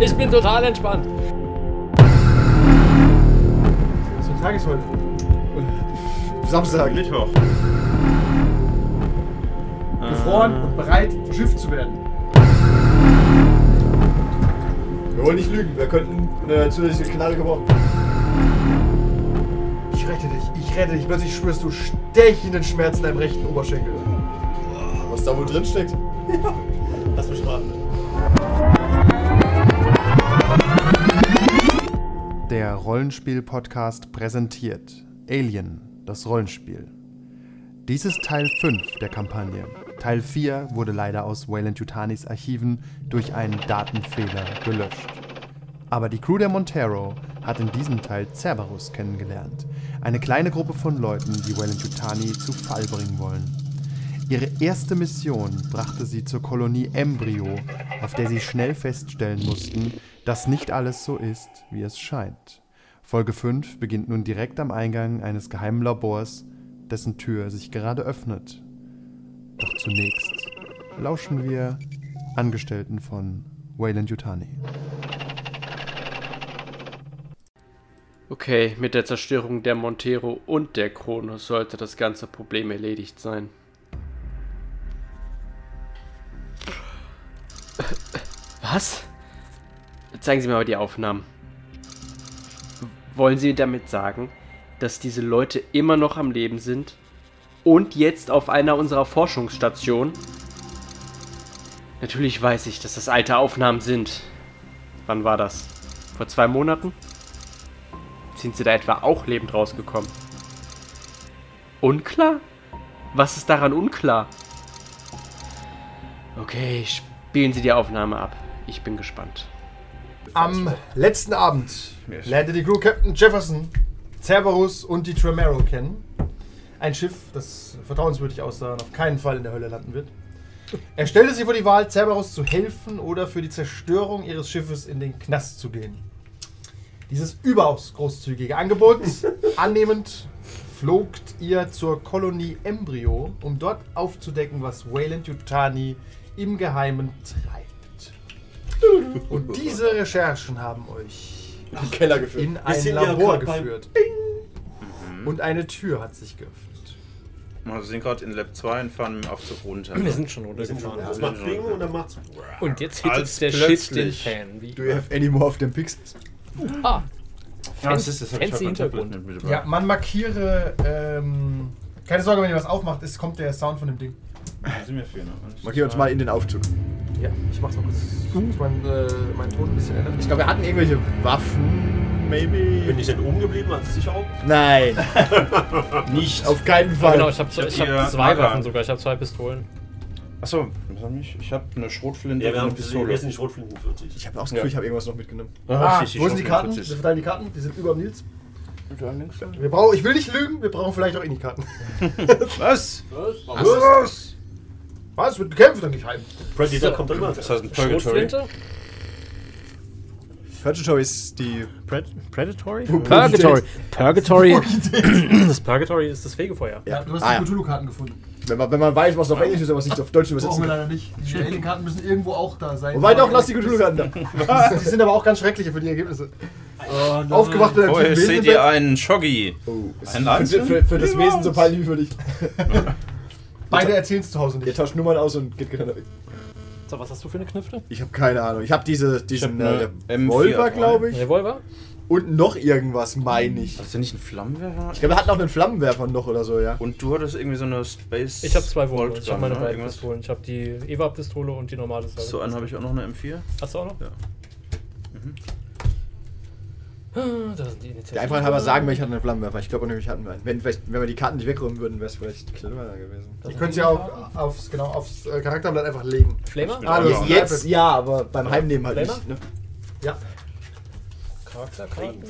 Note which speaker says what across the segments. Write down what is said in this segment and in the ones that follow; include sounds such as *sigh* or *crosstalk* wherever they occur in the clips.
Speaker 1: Ich bin total entspannt.
Speaker 2: Zur Tagesordnung. Samstag.
Speaker 3: Mittwoch.
Speaker 2: Gefroren und bereit, verschifft zu werden.
Speaker 4: Wir wollen nicht lügen, wir könnten eine zusätzliche Knarre gebrauchen.
Speaker 2: Ich rette dich, ich rette dich. Plötzlich spürst du stechenden Schmerz in deinem rechten Oberschenkel.
Speaker 4: Was da wohl drin steckt? *laughs*
Speaker 3: Lass mich raten.
Speaker 5: Der Rollenspiel-Podcast präsentiert Alien, das Rollenspiel. Dies ist Teil 5 der Kampagne. Teil 4 wurde leider aus Wayland Yutanis Archiven durch einen Datenfehler gelöscht. Aber die Crew der Montero hat in diesem Teil Cerberus kennengelernt. Eine kleine Gruppe von Leuten, die Wayland Yutani zu Fall bringen wollen. Ihre erste Mission brachte sie zur Kolonie Embryo, auf der sie schnell feststellen mussten, dass nicht alles so ist, wie es scheint. Folge 5 beginnt nun direkt am Eingang eines geheimen Labors, dessen Tür sich gerade öffnet. Doch zunächst lauschen wir Angestellten von Wayland Yutani.
Speaker 1: Okay, mit der Zerstörung der Montero und der Krone sollte das ganze Problem erledigt sein. Was? Zeigen Sie mir mal die Aufnahmen. Wollen Sie damit sagen, dass diese Leute immer noch am Leben sind und jetzt auf einer unserer Forschungsstationen? Natürlich weiß ich, dass das alte Aufnahmen sind. Wann war das? Vor zwei Monaten? Sind sie da etwa auch lebend rausgekommen? Unklar? Was ist daran unklar? Okay, spielen Sie die Aufnahme ab. Ich bin gespannt.
Speaker 2: Am letzten Abend lernte die Crew Captain Jefferson, Cerberus und die Tremero kennen. Ein Schiff, das vertrauenswürdig aussah und auf keinen Fall in der Hölle landen wird. Er stellte sie vor die Wahl, Cerberus zu helfen oder für die Zerstörung ihres Schiffes in den Knast zu gehen. Dieses überaus großzügige Angebot annehmend flog ihr zur Kolonie Embryo, um dort aufzudecken, was Wayland Yutani im Geheimen treibt. Und diese Recherchen haben euch
Speaker 4: Im Keller geführt.
Speaker 2: in ein
Speaker 3: sind ja
Speaker 2: Labor
Speaker 3: grad beim-
Speaker 2: geführt.
Speaker 4: Mhm.
Speaker 2: Und eine Tür hat sich geöffnet.
Speaker 6: Wir sind gerade in Lab 2 und fahren mit dem Aufzug runter.
Speaker 7: Wir sind schon runtergefahren.
Speaker 3: Das macht Ping und dann macht's.
Speaker 7: Und jetzt hittet
Speaker 6: Als
Speaker 7: der Shit den
Speaker 6: plötzlich.
Speaker 7: Fan. Wie
Speaker 4: Do you have any more of them pixels?
Speaker 3: Ja, das ist das. hab
Speaker 7: fancy
Speaker 3: ich auf meinem
Speaker 7: Hintergrund.
Speaker 3: Tablet mit
Speaker 2: Ja,
Speaker 3: dabei.
Speaker 2: man markiere. Ähm, keine Sorge, wenn ihr was aufmacht, es kommt der Sound von dem Ding.
Speaker 6: Da sind wir für, ne? Und
Speaker 4: Markieren uns mal in den Aufzug.
Speaker 2: Ja, ich mach's noch kurz. Ich muss meinen äh, mein Ton ein bisschen ändern.
Speaker 4: Ich glaube, wir hatten irgendwelche Waffen. Maybe.
Speaker 3: Bin ich denn oben geblieben? Hat es dich auch?
Speaker 4: *laughs* Nein. nicht. Auf keinen
Speaker 7: Ja,
Speaker 4: Fall.
Speaker 7: genau, ich habe ich
Speaker 6: hab hier
Speaker 7: hab zwei
Speaker 6: Marker.
Speaker 7: Waffen sogar. Ich habe zwei Pistolen.
Speaker 6: Achso, was hab ich? Ich hab eine Schrotflinte
Speaker 3: Ja, wir
Speaker 6: und
Speaker 3: haben
Speaker 6: eine
Speaker 3: wir
Speaker 6: Pistole.
Speaker 3: sind nicht Rotflinten 40.
Speaker 4: ich habe auch das Gefühl,
Speaker 6: Ja.
Speaker 4: ich habe irgendwas noch mitgenommen.
Speaker 2: Ah,
Speaker 6: richtig,
Speaker 2: wo sind die
Speaker 6: ich
Speaker 2: Karten?
Speaker 6: hoffe,
Speaker 2: Wir
Speaker 6: es ist-
Speaker 2: verteilen die Karten, die sind über Nils.
Speaker 6: Da links, da.
Speaker 2: Wir brauchen, ich will nicht lügen, wir brauchen vielleicht auch eh die Karten.
Speaker 6: Was?
Speaker 2: Was? Was? Wird gekämpft Halt. und geheim.
Speaker 3: Predator kommt doch immer.
Speaker 6: Das heißt ein Purgatory.
Speaker 7: Schrotflinte?
Speaker 4: Furniture ist die.
Speaker 7: Pred Predatory?
Speaker 4: Purgatory.
Speaker 7: Purgatory. *laughs* Das Purgatory ist das Fegefeuer.
Speaker 4: Ja.
Speaker 2: Du hast
Speaker 4: ah,
Speaker 2: die
Speaker 4: ja.
Speaker 2: Cthulhu-Karten gefunden.
Speaker 4: Wenn, man, wenn man weiß, was auf Englisch ist, aber was nicht auf Deutsch
Speaker 2: Brauchen
Speaker 4: übersetzen
Speaker 2: wir
Speaker 4: kann.
Speaker 2: leider nicht. Die Alien-Karten müssen irgendwo auch da sein.
Speaker 4: Und weiter auch, lass die Cthulhu-Karten da.
Speaker 2: *laughs* Die sind aber auch ganz schreckliche für die Ergebnisse. Aufgewacht mit einem
Speaker 6: Vorher
Speaker 2: tiefen
Speaker 6: Oh, seht
Speaker 2: Besenbett.
Speaker 6: ihr einen Shoggy.
Speaker 4: Oh, es
Speaker 6: Ein
Speaker 4: ist für,
Speaker 6: Lanzen?
Speaker 4: für, für das Wesen so peinlich für dich.
Speaker 2: Beide erzählen es zu Hause
Speaker 4: Ihr
Speaker 2: nicht.
Speaker 4: tauscht Nummern aus und geht keiner weg.
Speaker 7: So, was hast du für eine Knifte?
Speaker 4: Ich habe keine Ahnung. Ich habe diese, diesen
Speaker 6: Ich hab
Speaker 4: äh,
Speaker 6: eine M4
Speaker 4: Revolver,
Speaker 6: dabei.
Speaker 4: glaube
Speaker 7: Ein
Speaker 4: ich.
Speaker 7: Revolver?
Speaker 4: Und noch irgendwas, meine ich.
Speaker 6: Hast du nicht einen Flammenwerfer?
Speaker 4: Ich glaube, wir hatten auch einen Flammenwerfer noch oder so, ja.
Speaker 6: Und du hattest irgendwie so eine Space.
Speaker 7: Ich habe zwei Wogen. also Ich
Speaker 6: Bolt-Gun,
Speaker 7: habe meine
Speaker 6: ne?
Speaker 7: beiden
Speaker 6: Irgendwas.
Speaker 7: Pistolen. Ich habe die Eva-Pistole und die normale Salve.
Speaker 6: So einen habe ich auch noch eine M4.
Speaker 7: Hast du auch noch?
Speaker 6: Ja.
Speaker 7: Ah, Da sind die Initiativen.
Speaker 4: Der Einfachheit halber sagen wir, ich hatte einen Flammenwerfer. Ich glaube nämlich hatten wir einen. Wenn, vielleicht- wenn wir die Karten nicht wegräumen würden, wäre es vielleicht cleverer gewesen.
Speaker 2: Ihr könnt sie ja auf, aufs, genau, aufs äh, Charakterblatt einfach legen.
Speaker 7: Flamer?
Speaker 2: Ah, du hast ein
Speaker 4: Jetzt
Speaker 2: iPad.
Speaker 4: ja, aber beim Heimnehmen halt
Speaker 7: Lämmer?
Speaker 4: nicht. Ne?
Speaker 2: Ja.
Speaker 7: Charakterkarten.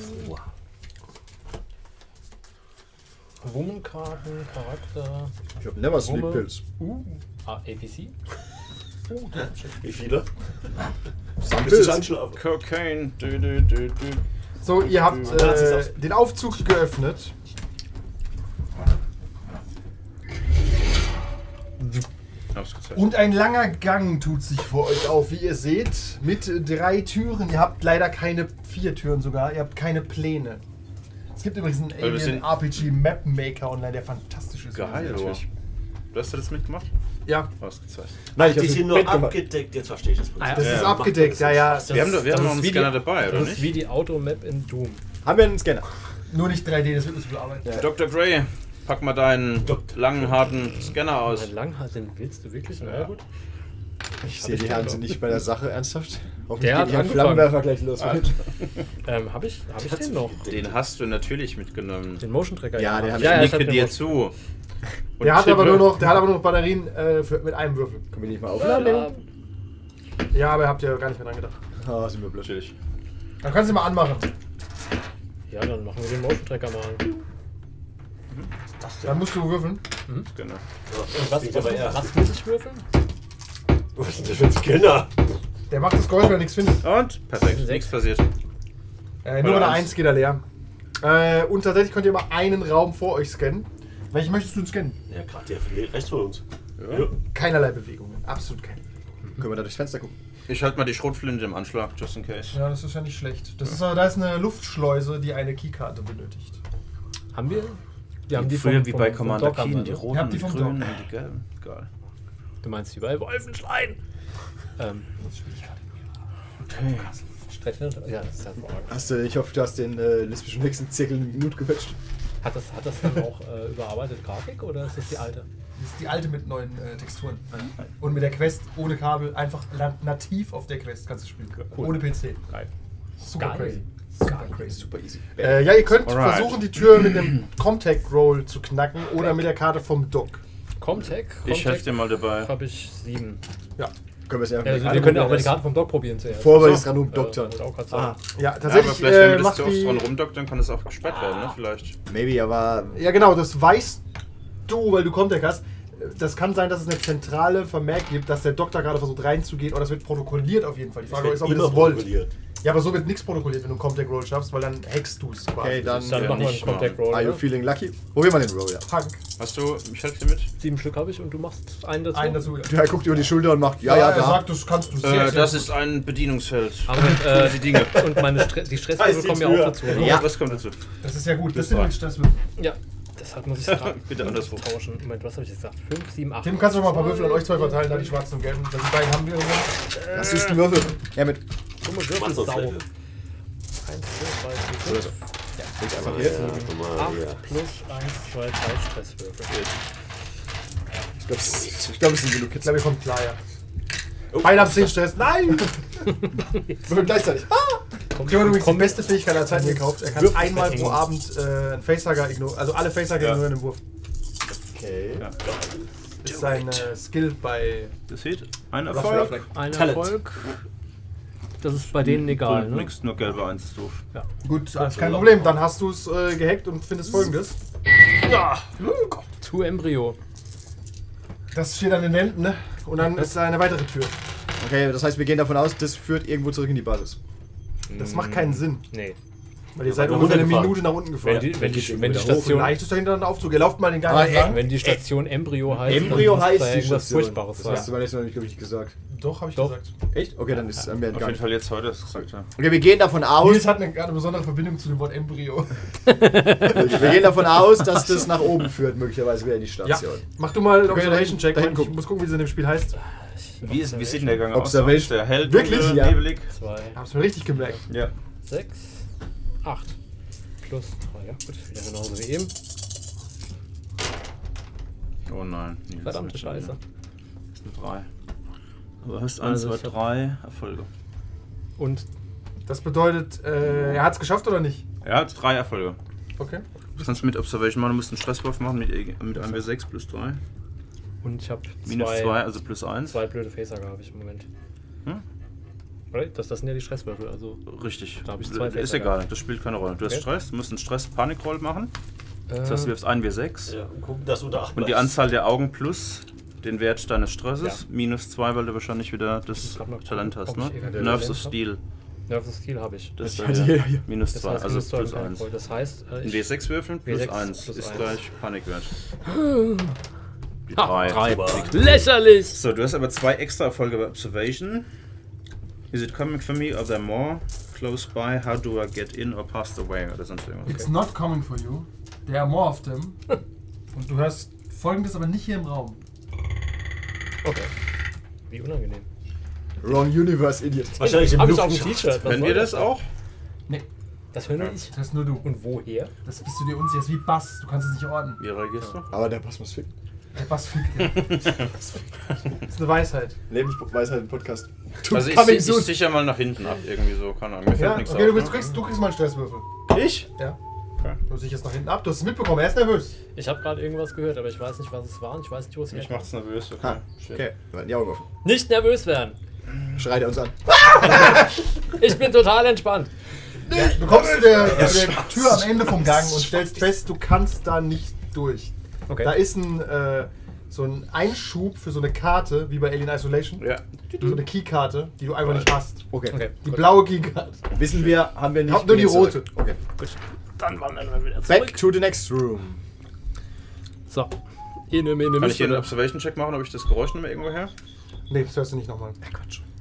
Speaker 7: Womankarten, Charakter.
Speaker 4: Ich habe never sleep
Speaker 7: Rumme.
Speaker 4: pills.
Speaker 7: Uh. Ah, APC?
Speaker 3: Wie viele? Bis
Speaker 4: Pills.
Speaker 3: ich anschlafe.
Speaker 6: Cocaine. Dü, dü, dü, dü.
Speaker 2: So, ihr habt
Speaker 3: Und dann hat sie's
Speaker 2: äh,
Speaker 3: aufs-
Speaker 2: den Aufzug geöffnet.
Speaker 6: Ah, hab's gezeigt.
Speaker 2: Und ein langer Gang tut sich vor euch auf, wie ihr seht, mit drei Türen. Ihr habt leider keine vier Türen sogar, ihr habt keine Pläne. Es gibt übrigens einen
Speaker 6: wir
Speaker 2: Alien
Speaker 6: sind-
Speaker 2: RPG Map Maker online, der fantastisch ist.
Speaker 6: Geil, aber. Du hast du das mitgemacht?
Speaker 2: Ja,
Speaker 6: Hab's gezeigt.
Speaker 3: Nein,
Speaker 4: Ich hab
Speaker 3: die
Speaker 4: sie
Speaker 3: sind nur
Speaker 4: mitgemacht.
Speaker 3: abgedeckt, jetzt verstehe ich das Prinzip.
Speaker 2: das
Speaker 6: Ja,
Speaker 2: ist
Speaker 6: macht
Speaker 2: abgedeckt, ja, ja.
Speaker 7: Das
Speaker 6: wir haben, doch- wir
Speaker 7: ist-
Speaker 6: haben noch
Speaker 7: das
Speaker 6: einen
Speaker 7: ist wie
Speaker 6: Scanner
Speaker 7: die-
Speaker 6: dabei, oder
Speaker 7: Ah, Das ist
Speaker 6: nicht?
Speaker 7: wie die Automap in Doom.
Speaker 4: Haben wir einen Scanner?
Speaker 2: Nur nicht 3D, das wird uns wohl arbeiten.
Speaker 6: Dr. Gray, pack mal deinen langen, harten Scanner aus.
Speaker 7: Ein Langhals, den willst du wirklich? Na
Speaker 6: Ja.
Speaker 7: gut.
Speaker 4: Ich sehe die Herren sind nicht bei der Sache ernsthaft.
Speaker 7: Der
Speaker 4: Hoffentlich geht
Speaker 7: hat
Speaker 4: ihr
Speaker 7: angefangen.
Speaker 4: Flammenwerfer gleich los.
Speaker 7: Ähm, hab ich, hab ich den noch?
Speaker 6: Den hast du natürlich mitgenommen.
Speaker 7: Den Motion Tracker?
Speaker 4: Ja, der
Speaker 6: Ich
Speaker 4: hat-
Speaker 7: ja, ja, ich hab
Speaker 6: nicke
Speaker 7: den
Speaker 6: dir
Speaker 7: Motion-
Speaker 6: zu. Und
Speaker 2: Der hat, aber
Speaker 6: tippe.
Speaker 2: nur noch, der hat aber nur noch Batterien äh, für, mit einem Würfel.
Speaker 4: Können wir nicht mal aufladen?
Speaker 2: Ja, aber habt ihr gar nicht mehr dran gedacht.
Speaker 4: Ah, sind wir blöd.
Speaker 6: Natürlich.
Speaker 2: Dann kannst du mal anmachen.
Speaker 7: Ja, dann machen wir den Motion Tracker mal an.
Speaker 2: Dann musst du würfeln.
Speaker 6: Scanner.
Speaker 7: Was, was, was, was muss ich würfeln?
Speaker 3: Was ist denn das für ein Scanner?
Speaker 2: Der macht das Geräusch, wenn er nichts findet.
Speaker 6: Und? Perfekt. Nichts passiert.
Speaker 2: Äh, nur bei
Speaker 6: Oder
Speaker 2: der
Speaker 6: eins.
Speaker 2: 1 geht er leer. Äh, und tatsächlich könnt ihr immer einen Raum vor euch scannen. Welchen möchtest du denn scannen?
Speaker 3: Ja, gerade der von rechts von uns. Ja.
Speaker 2: Keinerlei Bewegungen. Absolut keine.
Speaker 4: Können wir da durchs Fenster gucken?
Speaker 6: Ich halte mal die Schrotflinte im Anschlag, just in case.
Speaker 2: Ja, das ist ja nicht schlecht. Das ist, äh, da ist eine Luftschleuse, die eine Keykarte benötigt.
Speaker 7: Haben wir? Wir
Speaker 6: Früher
Speaker 7: vom-
Speaker 6: wie
Speaker 7: vom-
Speaker 6: bei
Speaker 7: vom
Speaker 6: Commander
Speaker 7: Doc haben
Speaker 6: Keen,
Speaker 7: wir,
Speaker 6: die
Speaker 7: ne?
Speaker 6: roten,
Speaker 2: Ihr habt die
Speaker 6: die
Speaker 2: vom
Speaker 6: grünen
Speaker 2: Doc.
Speaker 6: und die gelben. Geil.
Speaker 7: Du meinst wie bei Wolfenstein? Ähm,
Speaker 6: Okay.
Speaker 7: Strecke- ja, das ist hervorragend.
Speaker 4: Hast du, ich hoffe, du hast den äh, lesbischen Hexenzirkel in Minute gequetscht.
Speaker 7: Hat das, hat das dann auch äh, überarbeitet Grafik oder ist das die alte?
Speaker 2: Das ist die alte mit neuen äh, Texturen. Und mit der Quest ohne Kabel, einfach la- nativ auf der Quest kannst du spielen. Ohne PC.
Speaker 7: Geil.
Speaker 2: Super
Speaker 7: Geil.
Speaker 2: crazy. Super crazy.
Speaker 4: Super easy.
Speaker 2: Äh, ja, ihr könnt
Speaker 6: Alright.
Speaker 2: versuchen, die Tür mit dem *clears throat* Comtech Roll zu knacken oder mit der Karte vom Doc.
Speaker 7: Comtech?
Speaker 6: Ich helfe dir mal dabei.
Speaker 7: Habe ich sieben.
Speaker 4: Können wir es einfach
Speaker 7: Ja, also
Speaker 4: mal-
Speaker 7: wir können auch mal die
Speaker 4: erst-
Speaker 7: Karten vom Doc probieren zuerst.
Speaker 4: Bevor wir das ran
Speaker 7: Äh,
Speaker 4: umdoktern.
Speaker 7: wollte auch grad
Speaker 4: Ah,
Speaker 7: sagen.
Speaker 2: Ja,
Speaker 6: Ja, aber
Speaker 2: tatsächlich.
Speaker 6: vielleicht, wenn
Speaker 2: äh,
Speaker 6: wir das
Speaker 2: macht
Speaker 6: zu oft
Speaker 2: die,
Speaker 6: dran rumdoktern, kann das auch gesperrt werden, ne? Vielleicht.
Speaker 4: maybe, aber
Speaker 2: Ja, genau, das weißt du, weil du Comtech hast. Das kann sein, dass es eine zentrale Vermerk gibt, dass der Doktor gerade versucht reinzugehen oder es wird protokolliert auf jeden Fall. Die Frage ist, ob ihr das wollt. Ja, aber so wird nichts protokolliert, wenn du einen Comtech Roll schaffst, weil dann hackst du es quasi.
Speaker 4: okay, dann
Speaker 7: Dann
Speaker 6: Ja,
Speaker 7: machen wir einen
Speaker 6: nicht
Speaker 7: Comtech
Speaker 6: mal.
Speaker 2: Ah,
Speaker 7: Roll.
Speaker 4: are you
Speaker 7: Ne?
Speaker 4: feeling lucky? Probier mal den Roll, ja.
Speaker 2: Punk.
Speaker 6: Hast du, ich helfe dir mit.
Speaker 7: Sieben Stück habe ich und du machst einen dazu.
Speaker 2: Einen dazu. Ja,
Speaker 4: Der guckt über die Schulter und macht, ja, ja,
Speaker 2: er
Speaker 4: da.
Speaker 2: sagt, das kannst du sehr,
Speaker 6: Äh,
Speaker 2: sehr
Speaker 6: das
Speaker 2: gut.
Speaker 6: ist ein Bedienungsfeld.
Speaker 7: Aber, äh,
Speaker 6: die Dinge.
Speaker 7: Und meine Stre die
Speaker 3: Das
Speaker 7: Stresslevel
Speaker 3: heißt,
Speaker 7: kommen
Speaker 3: die
Speaker 7: ja auch
Speaker 3: Tür.
Speaker 7: dazu. Ne?
Speaker 4: Ja.
Speaker 6: Oh, Was kommt dazu?
Speaker 2: Das ist ja gut. Das
Speaker 6: Das
Speaker 2: sind
Speaker 6: war-
Speaker 2: mit Stresswürfel.
Speaker 7: ja. Deshalb muss ich es
Speaker 6: Bitte andersrum.
Speaker 7: tauschen. Moment, was habe ich jetzt gesagt? Fünf, sieben, acht.
Speaker 2: Tim, kannst du noch mal ein paar Würfel an euch zwei verteilen, da die schwarzen und gelben. Das die beiden haben wir.
Speaker 4: Das ist ein Würfel. Ja, mit.
Speaker 7: Dumme Würfel, Sau. Eins, zwei, drei, vier, fünf.
Speaker 3: Einfach hier.
Speaker 7: Acht plus eins, zwei, drei Stresswürfel.
Speaker 4: Ich glaube, es glaub, es sind genug
Speaker 2: Ich
Speaker 4: Kids.
Speaker 2: glaube, ihr kommt klar, ja. Beide haben 10 Stress. Nein!
Speaker 4: Würfel gleichzeitig. Ah!
Speaker 7: Komm,
Speaker 2: Ich habe übrigens die
Speaker 7: komm,
Speaker 2: beste Fähigkeit aller Zeiten gekauft. Er kann einmal
Speaker 7: Würfelfetzen.
Speaker 2: pro Abend äh, einen Facehugger ignorieren. Also alle Facehugger
Speaker 6: Ja.
Speaker 2: ignorieren den Wurf.
Speaker 4: Okay.
Speaker 2: Das ist sein äh, Skill bei.
Speaker 6: Das sieht ein Erfolg.
Speaker 7: Ein
Speaker 1: Talent.
Speaker 7: Erfolg. Das ist bei denen egal,
Speaker 6: Und
Speaker 7: ne?
Speaker 6: nix, nur gelbe Eins ist doof.
Speaker 2: Gut, alles kein Problem. Dann hast du es äh, gehackt und findest folgendes.
Speaker 7: Zu Embryo.
Speaker 2: Das steht an den Wänden, ne? Und dann ist da eine weitere Tür.
Speaker 4: Okay, das heißt, wir gehen davon aus, das führt irgendwo zurück in die Basis.
Speaker 2: Das macht keinen Sinn,
Speaker 7: Nee.
Speaker 2: weil ihr seid
Speaker 3: aber
Speaker 2: ungefähr eine
Speaker 3: runtergefahren.
Speaker 2: Minute nach unten
Speaker 7: Wenn
Speaker 2: gefahren.
Speaker 7: die, wenn die, wenn die
Speaker 2: Station.
Speaker 7: Station.
Speaker 2: Vielleicht ist dahinter ein Aufzug. Ihr lauft mal den Gang
Speaker 4: Aber,
Speaker 2: entlang.
Speaker 7: Wenn die Station Embryo heißt,
Speaker 4: Äh, Embryo
Speaker 7: dann muss
Speaker 4: heißt
Speaker 7: da
Speaker 4: die
Speaker 7: irgendwas
Speaker 4: Station.
Speaker 7: Furchtbares
Speaker 4: Das hast du
Speaker 7: sein.
Speaker 4: beim letzten Mal, glaube ich, nicht gesagt.
Speaker 2: Doch, habe ich
Speaker 7: Doch.
Speaker 2: gesagt.
Speaker 4: Echt? Okay, dann ist es an mir
Speaker 6: Auf jeden
Speaker 4: entgangen.
Speaker 6: Fall jetzt heute, das gesagt, ja.
Speaker 4: Okay, wir gehen davon aus,
Speaker 2: Nils hat eine, eine besondere Verbindung zu dem Wort Embryo.
Speaker 4: wir gehen davon aus, dass das nach oben führt, möglicherweise wieder in die Station.
Speaker 2: Mach du mal einen Observation-Check.
Speaker 4: dahin
Speaker 2: Mann. Ich
Speaker 4: gucken.
Speaker 2: muss gucken, wie es in dem Spiel heißt.
Speaker 6: Wie, ist, wie sieht denn der Gang aus?
Speaker 4: Observation.
Speaker 6: Ist Der hell,
Speaker 4: Wirklich?
Speaker 6: dunkel,
Speaker 4: Ja.
Speaker 6: nebelig.
Speaker 7: Zwei,
Speaker 2: Hab's mir richtig gemerkt.
Speaker 6: Ja.
Speaker 7: sechs, acht. Plus drei. Ja, gut, wieder genauso wie eben.
Speaker 6: Oh nein. Nee, das
Speaker 7: Verdammte
Speaker 6: ist
Speaker 7: Scheiße.
Speaker 6: Das ist eine 3. Aber hast 1,
Speaker 7: Also ich
Speaker 6: 2,
Speaker 7: hab-
Speaker 6: 3 Erfolge.
Speaker 7: Und
Speaker 2: Das bedeutet, äh, er hat's geschafft oder nicht?
Speaker 6: Er hat 3 Erfolge.
Speaker 2: Okay.
Speaker 6: Das kannst du mit Observation machen, du musst einen Stresswurf machen mit, EG mit einem W6 plus 3.
Speaker 7: Und ich habe
Speaker 6: Minus 2, also plus 1.
Speaker 7: zwei blöde Facehacker habe ich im Moment.
Speaker 6: Hm?
Speaker 7: Oder? Das, das sind ja die Stresswürfel, also.
Speaker 6: Richtig.
Speaker 7: Da hab ich zwei
Speaker 6: ist
Speaker 7: Fässer
Speaker 6: egal, das spielt keine Rolle. Du hast
Speaker 7: Okay.
Speaker 6: Stress, du musst einen Stress-Panikroll machen. Das heißt, du
Speaker 7: Äh,
Speaker 6: wirfst einen W6
Speaker 3: Ja, und gucken, dass unter 8
Speaker 6: und die Anzahl der Augen plus den Wert deines Stresses
Speaker 7: Ja.
Speaker 6: minus 2, weil du wahrscheinlich wieder
Speaker 7: muss
Speaker 6: das
Speaker 7: grad mal gucken,
Speaker 6: Talent hast,
Speaker 7: ob
Speaker 6: ne?
Speaker 7: ich eventuell
Speaker 6: Nerves
Speaker 7: Talent
Speaker 6: of
Speaker 7: hab.
Speaker 6: Steel.
Speaker 7: Nervous of Steel habe ich.
Speaker 6: Das ist
Speaker 4: Das
Speaker 6: dann
Speaker 4: hat
Speaker 7: *laughs*
Speaker 6: *laughs* wieder
Speaker 4: jeder hier.
Speaker 6: minus 2, also
Speaker 7: minus zwei
Speaker 6: plus
Speaker 7: im
Speaker 6: 1.
Speaker 7: Fernroll. Das heißt, äh,
Speaker 6: Ein
Speaker 7: ich,
Speaker 6: W6 würfeln plus
Speaker 7: W6
Speaker 6: 1
Speaker 7: plus
Speaker 6: ist
Speaker 7: eins.
Speaker 6: gleich Panikwert. Die drei.
Speaker 3: Super.
Speaker 7: Lächerlich!
Speaker 6: So, du hast aber zwei extra Erfolge bei Observation. Is it coming for me? Are there more? Close by? How do I get in or pass the way? Oder sonst irgendwas.
Speaker 2: It's
Speaker 6: Okay.
Speaker 2: not coming for you. There are more of *laughs* them. Und du hörst folgendes, aber nicht hier im Raum.
Speaker 7: Okay. Wie unangenehm.
Speaker 4: Wrong Universe, Idiot.
Speaker 3: Wahrscheinlich im
Speaker 7: Hab ich auf dem
Speaker 3: Luftschacht.
Speaker 7: T-Shirt. was
Speaker 6: Könnt
Speaker 7: soll
Speaker 6: ihr das auch?
Speaker 2: Nee,
Speaker 7: Das höre ich.
Speaker 2: das ist nur du.
Speaker 7: Und woher?
Speaker 2: Das bist du dir unsicher. Das ist wie Bass. Du kannst es nicht ordnen.
Speaker 6: Wie reagierst du?
Speaker 4: Aber der Pass muss ficken.
Speaker 2: Der Bass fickt dir. *laughs* das ist eine Weisheit.
Speaker 4: Lebensweisheit im Podcast.
Speaker 6: Also ich,
Speaker 2: coming
Speaker 6: ich, ich
Speaker 2: soon.
Speaker 6: sicher mal nach hinten ab, irgendwie so, keine Ahnung, mir fällt
Speaker 2: Ja,
Speaker 6: nichts
Speaker 2: okay, du,
Speaker 6: auf.
Speaker 2: bist, du,
Speaker 6: ne?
Speaker 2: kriegst, du kriegst mal einen Stresswürfel.
Speaker 4: Ich?
Speaker 2: Ja.
Speaker 6: Okay.
Speaker 2: Du sicherst nach hinten ab. Du hast es mitbekommen. Er ist nervös.
Speaker 7: Ich habe gerade irgendwas gehört, aber ich weiß nicht, was es war und ich weiß nicht, wo es
Speaker 6: Mich
Speaker 7: herkommt.
Speaker 6: macht's nervös, okay.
Speaker 4: Ha,
Speaker 6: Shit.
Speaker 4: okay. Wir hatten Ah, die Augen offen.
Speaker 7: Nicht nervös werden.
Speaker 4: Schreit er uns an.
Speaker 7: Ich bin total entspannt.
Speaker 2: Du kommst zu der, zu der Tür am Ende vom Gang und stellst fest, du kannst da nicht durch.
Speaker 7: Okay.
Speaker 2: Da ist ein, äh, so ein Einschub für so eine Karte, wie bei Alien Isolation.
Speaker 6: Ja.
Speaker 2: So eine Keykarte, die du einfach nicht hast.
Speaker 4: Okay.
Speaker 7: Okay.
Speaker 2: Die blaue Keykarte.
Speaker 4: Wissen wir, haben wir nicht.
Speaker 2: Hab nur die
Speaker 4: Bin jetzt zurück.
Speaker 2: rote.
Speaker 4: Okay.
Speaker 7: Dann wandern wir wieder
Speaker 4: Back to the next room.
Speaker 7: So. Ine, mene,
Speaker 6: Kann ich hier einen
Speaker 7: mene.
Speaker 6: Observation-Check machen, ob ich das Geräusch nehme irgendwo her?
Speaker 2: Nee, das hörst du nicht nochmal.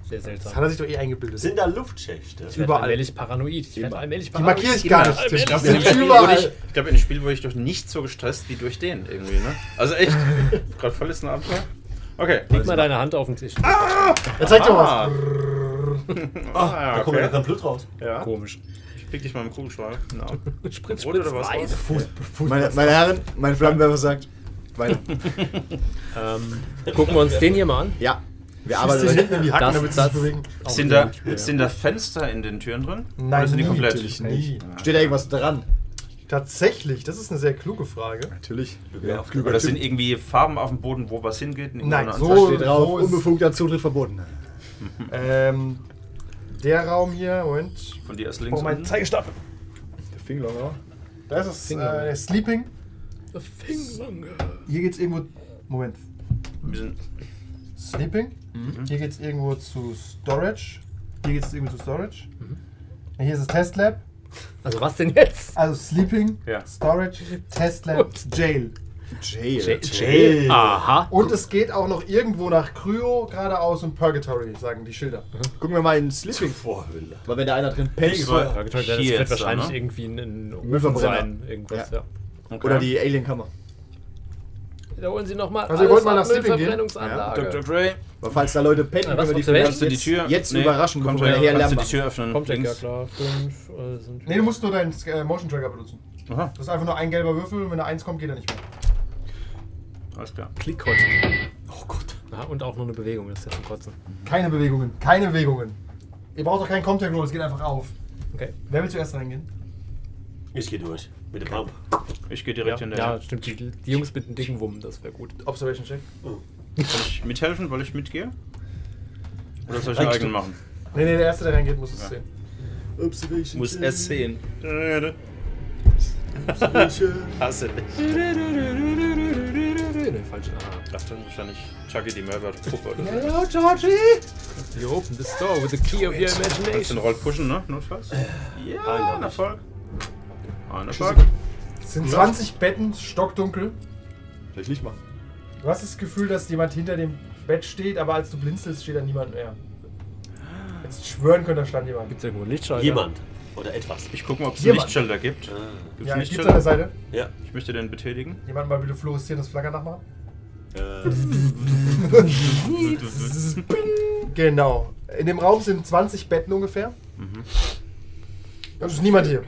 Speaker 7: Sehr
Speaker 2: Das hat
Speaker 7: seltsam.
Speaker 2: er sich doch eh eingebildet.
Speaker 3: Sind da
Speaker 7: Ich
Speaker 3: Luftschächte?
Speaker 7: werde
Speaker 2: überall.
Speaker 7: allmählich paranoid. Ich werde
Speaker 4: Immer.
Speaker 7: allmählich
Speaker 2: Die
Speaker 7: paranoid.
Speaker 2: markiere ich gar
Speaker 7: Immer.
Speaker 2: nicht. Tim. Das
Speaker 6: In dem
Speaker 2: sind
Speaker 6: Spiel wurde ich,
Speaker 2: überall.
Speaker 6: ich glaube, in dem Spiel wurde ich durch nichts so gestresst wie durch den irgendwie, ne? Also echt, gerade voll ist ein Abenteuer. Okay.
Speaker 7: Leg mal deine Hand auf den Tisch.
Speaker 2: Er zeigt dir
Speaker 6: Ah.
Speaker 2: was.
Speaker 6: Ah,
Speaker 3: Da kommt ja
Speaker 6: okay.
Speaker 3: kein Blut raus.
Speaker 6: Ja.
Speaker 7: Komisch.
Speaker 6: Ich pick dich mal im Kugelschreiber. Na.
Speaker 7: Spritz,
Speaker 6: Rot oder
Speaker 7: Spritz,
Speaker 6: was?
Speaker 7: weiß.
Speaker 4: Meine, meine Herren, mein Flammenwerfer sagt. Weiter.
Speaker 7: Gucken wir uns den hier mal an.
Speaker 4: Ja. Wir
Speaker 2: Schießt dich hinten
Speaker 4: arbeiten.
Speaker 2: in die Hacken,
Speaker 7: Das-
Speaker 2: damit sie
Speaker 7: das-
Speaker 2: sich bewegen.
Speaker 6: Sind da, sind da Fenster in den Türen drin?
Speaker 2: Nein,
Speaker 6: Oder sind die
Speaker 2: nie,
Speaker 6: komplett?
Speaker 2: natürlich nicht.
Speaker 4: Steht da irgendwas dran?
Speaker 2: Tatsächlich, das ist eine sehr kluge Frage.
Speaker 4: Natürlich.
Speaker 3: Ja,
Speaker 6: Oder sind irgendwie Farben auf dem Boden, wo was hingeht? in
Speaker 2: Nein,
Speaker 6: irgendeiner
Speaker 2: so-
Speaker 4: Da
Speaker 6: Anzeige?
Speaker 4: steht drauf,
Speaker 2: so ist-
Speaker 4: unbefugter Zutritt verboten.
Speaker 2: Ähm, der Raum hier, Moment.
Speaker 6: Von dir aus links
Speaker 2: Oh, mein
Speaker 6: unten?
Speaker 2: Zeigestab.
Speaker 4: Der Finger,
Speaker 2: Da ist es, äh, der Sleeping.
Speaker 7: Fingerlange.
Speaker 2: Hier geht's irgendwo. Moment.
Speaker 6: Wir sind-
Speaker 2: Sleeping. Hier geht's irgendwo zu Storage. Hier geht's irgendwo zu Storage. Hier ist das Testlab.
Speaker 7: Also was denn jetzt?
Speaker 2: Also Sleeping,
Speaker 6: Ja.
Speaker 2: Storage, Testlab, Jail.
Speaker 4: Jail.
Speaker 7: Jail.
Speaker 6: Ah.
Speaker 7: Aha.
Speaker 2: Und es geht auch noch irgendwo nach Kryo, geradeaus und Purgatory, sagen die Schilder.
Speaker 4: Gucken wir mal in Sleeping.
Speaker 3: Vorhölle.
Speaker 4: Weil wenn da einer drin pennt, ist
Speaker 6: Überall.
Speaker 4: teuer.
Speaker 7: Ja, das
Speaker 6: Hier
Speaker 7: wird
Speaker 6: jetzt,
Speaker 7: wahrscheinlich
Speaker 6: ne?
Speaker 7: irgendwie ein, ein Ofen
Speaker 4: Müllverbrenner.
Speaker 7: sein. Irgendwas, ja.
Speaker 4: Ja.
Speaker 6: Okay.
Speaker 4: Oder die Alienkammer.
Speaker 7: Da holen sie nochmal
Speaker 2: Also, ihr wollt mal nach Sleeping gehen?
Speaker 7: Müllverbrennungsanlage.
Speaker 6: Dr. Dre,
Speaker 4: Aber falls da Leute pennen,
Speaker 7: Ja,
Speaker 4: können wir
Speaker 7: was
Speaker 4: die
Speaker 7: observieren?
Speaker 4: vielleicht
Speaker 6: kannst du die
Speaker 4: jetzt,
Speaker 6: Tür...
Speaker 4: jetzt
Speaker 6: Nee,
Speaker 4: überraschen,
Speaker 6: kommt
Speaker 4: bevor wir
Speaker 6: her,
Speaker 4: nachher
Speaker 6: Kannst
Speaker 4: Lärm
Speaker 6: du die
Speaker 4: machen.
Speaker 6: Tür öffnen?
Speaker 7: Kommt ja,
Speaker 6: links.
Speaker 7: klar. Fünf, äh, sind
Speaker 2: Ne, du musst nur deinen äh, Motion Tracker benutzen.
Speaker 6: Aha,
Speaker 2: Das ist einfach nur ein gelber Würfel und wenn er eins kommt, geht er nicht mehr.
Speaker 6: alles klar.
Speaker 7: Klick heute.
Speaker 3: Oh Gott.
Speaker 7: Ja, und auch nur eine Bewegung, das ist ja zum Kotzen.
Speaker 2: Keine Bewegungen, keine Bewegungen. Ihr braucht auch keinen Contact Roll, es geht einfach auf.
Speaker 7: Okay.
Speaker 2: Wer will zuerst reingehen?
Speaker 3: Ich geh durch. Mit dem Pump.
Speaker 6: Ich gehe
Speaker 7: Ja,
Speaker 6: direkt hinterher.
Speaker 7: ja, stimmt. Die, die Jungs mit den dicken Wummen, das wäre gut.
Speaker 2: Observation Check.
Speaker 6: Kann ich mithelfen, weil ich mitgehe? Oder soll ich einen eigenen machen?
Speaker 2: Nee, nee, der Erste, der reingeht, muss es sehen.
Speaker 6: Muss es sehen. ne? Hasse dich.
Speaker 7: Nee, falsch. Ah.
Speaker 6: Ich dachte wahrscheinlich Chucky die Mörderpuppe oder so.
Speaker 2: Hello, Georgie!
Speaker 7: You open the door with the key of your
Speaker 6: Kannst du
Speaker 7: imagination.
Speaker 6: den Roll pushen, ne? Notfalls?
Speaker 4: Äh,
Speaker 6: Ja, ein Erfolg. Ein Erfolg.
Speaker 2: Es sind 20 Betten, stockdunkel.
Speaker 4: Vielleicht Licht machen.
Speaker 2: Du hast das Gefühl, dass jemand hinter dem Bett steht, aber als du blinzelst, steht da niemand mehr. Jetzt schwören könnte, da stand jemand.
Speaker 7: Gibt's irgendwo einen Lichtschalter?
Speaker 3: Jemand. Oder etwas.
Speaker 6: Ich gucke mal, ob es
Speaker 2: Jemand.
Speaker 6: Lichtschilder gibt. Gibt es
Speaker 2: Ja, gibt's an der
Speaker 6: Lichtschilder?
Speaker 2: Seite?
Speaker 3: Ja.
Speaker 6: Ich möchte den betätigen.
Speaker 4: *laughs*
Speaker 2: Jemand mal bitte fluoreszierendes Flackern nachmachen?
Speaker 3: Äh,
Speaker 2: *laughs* Genau. In dem Raum sind 20 Betten ungefähr. Also ist niemand hier.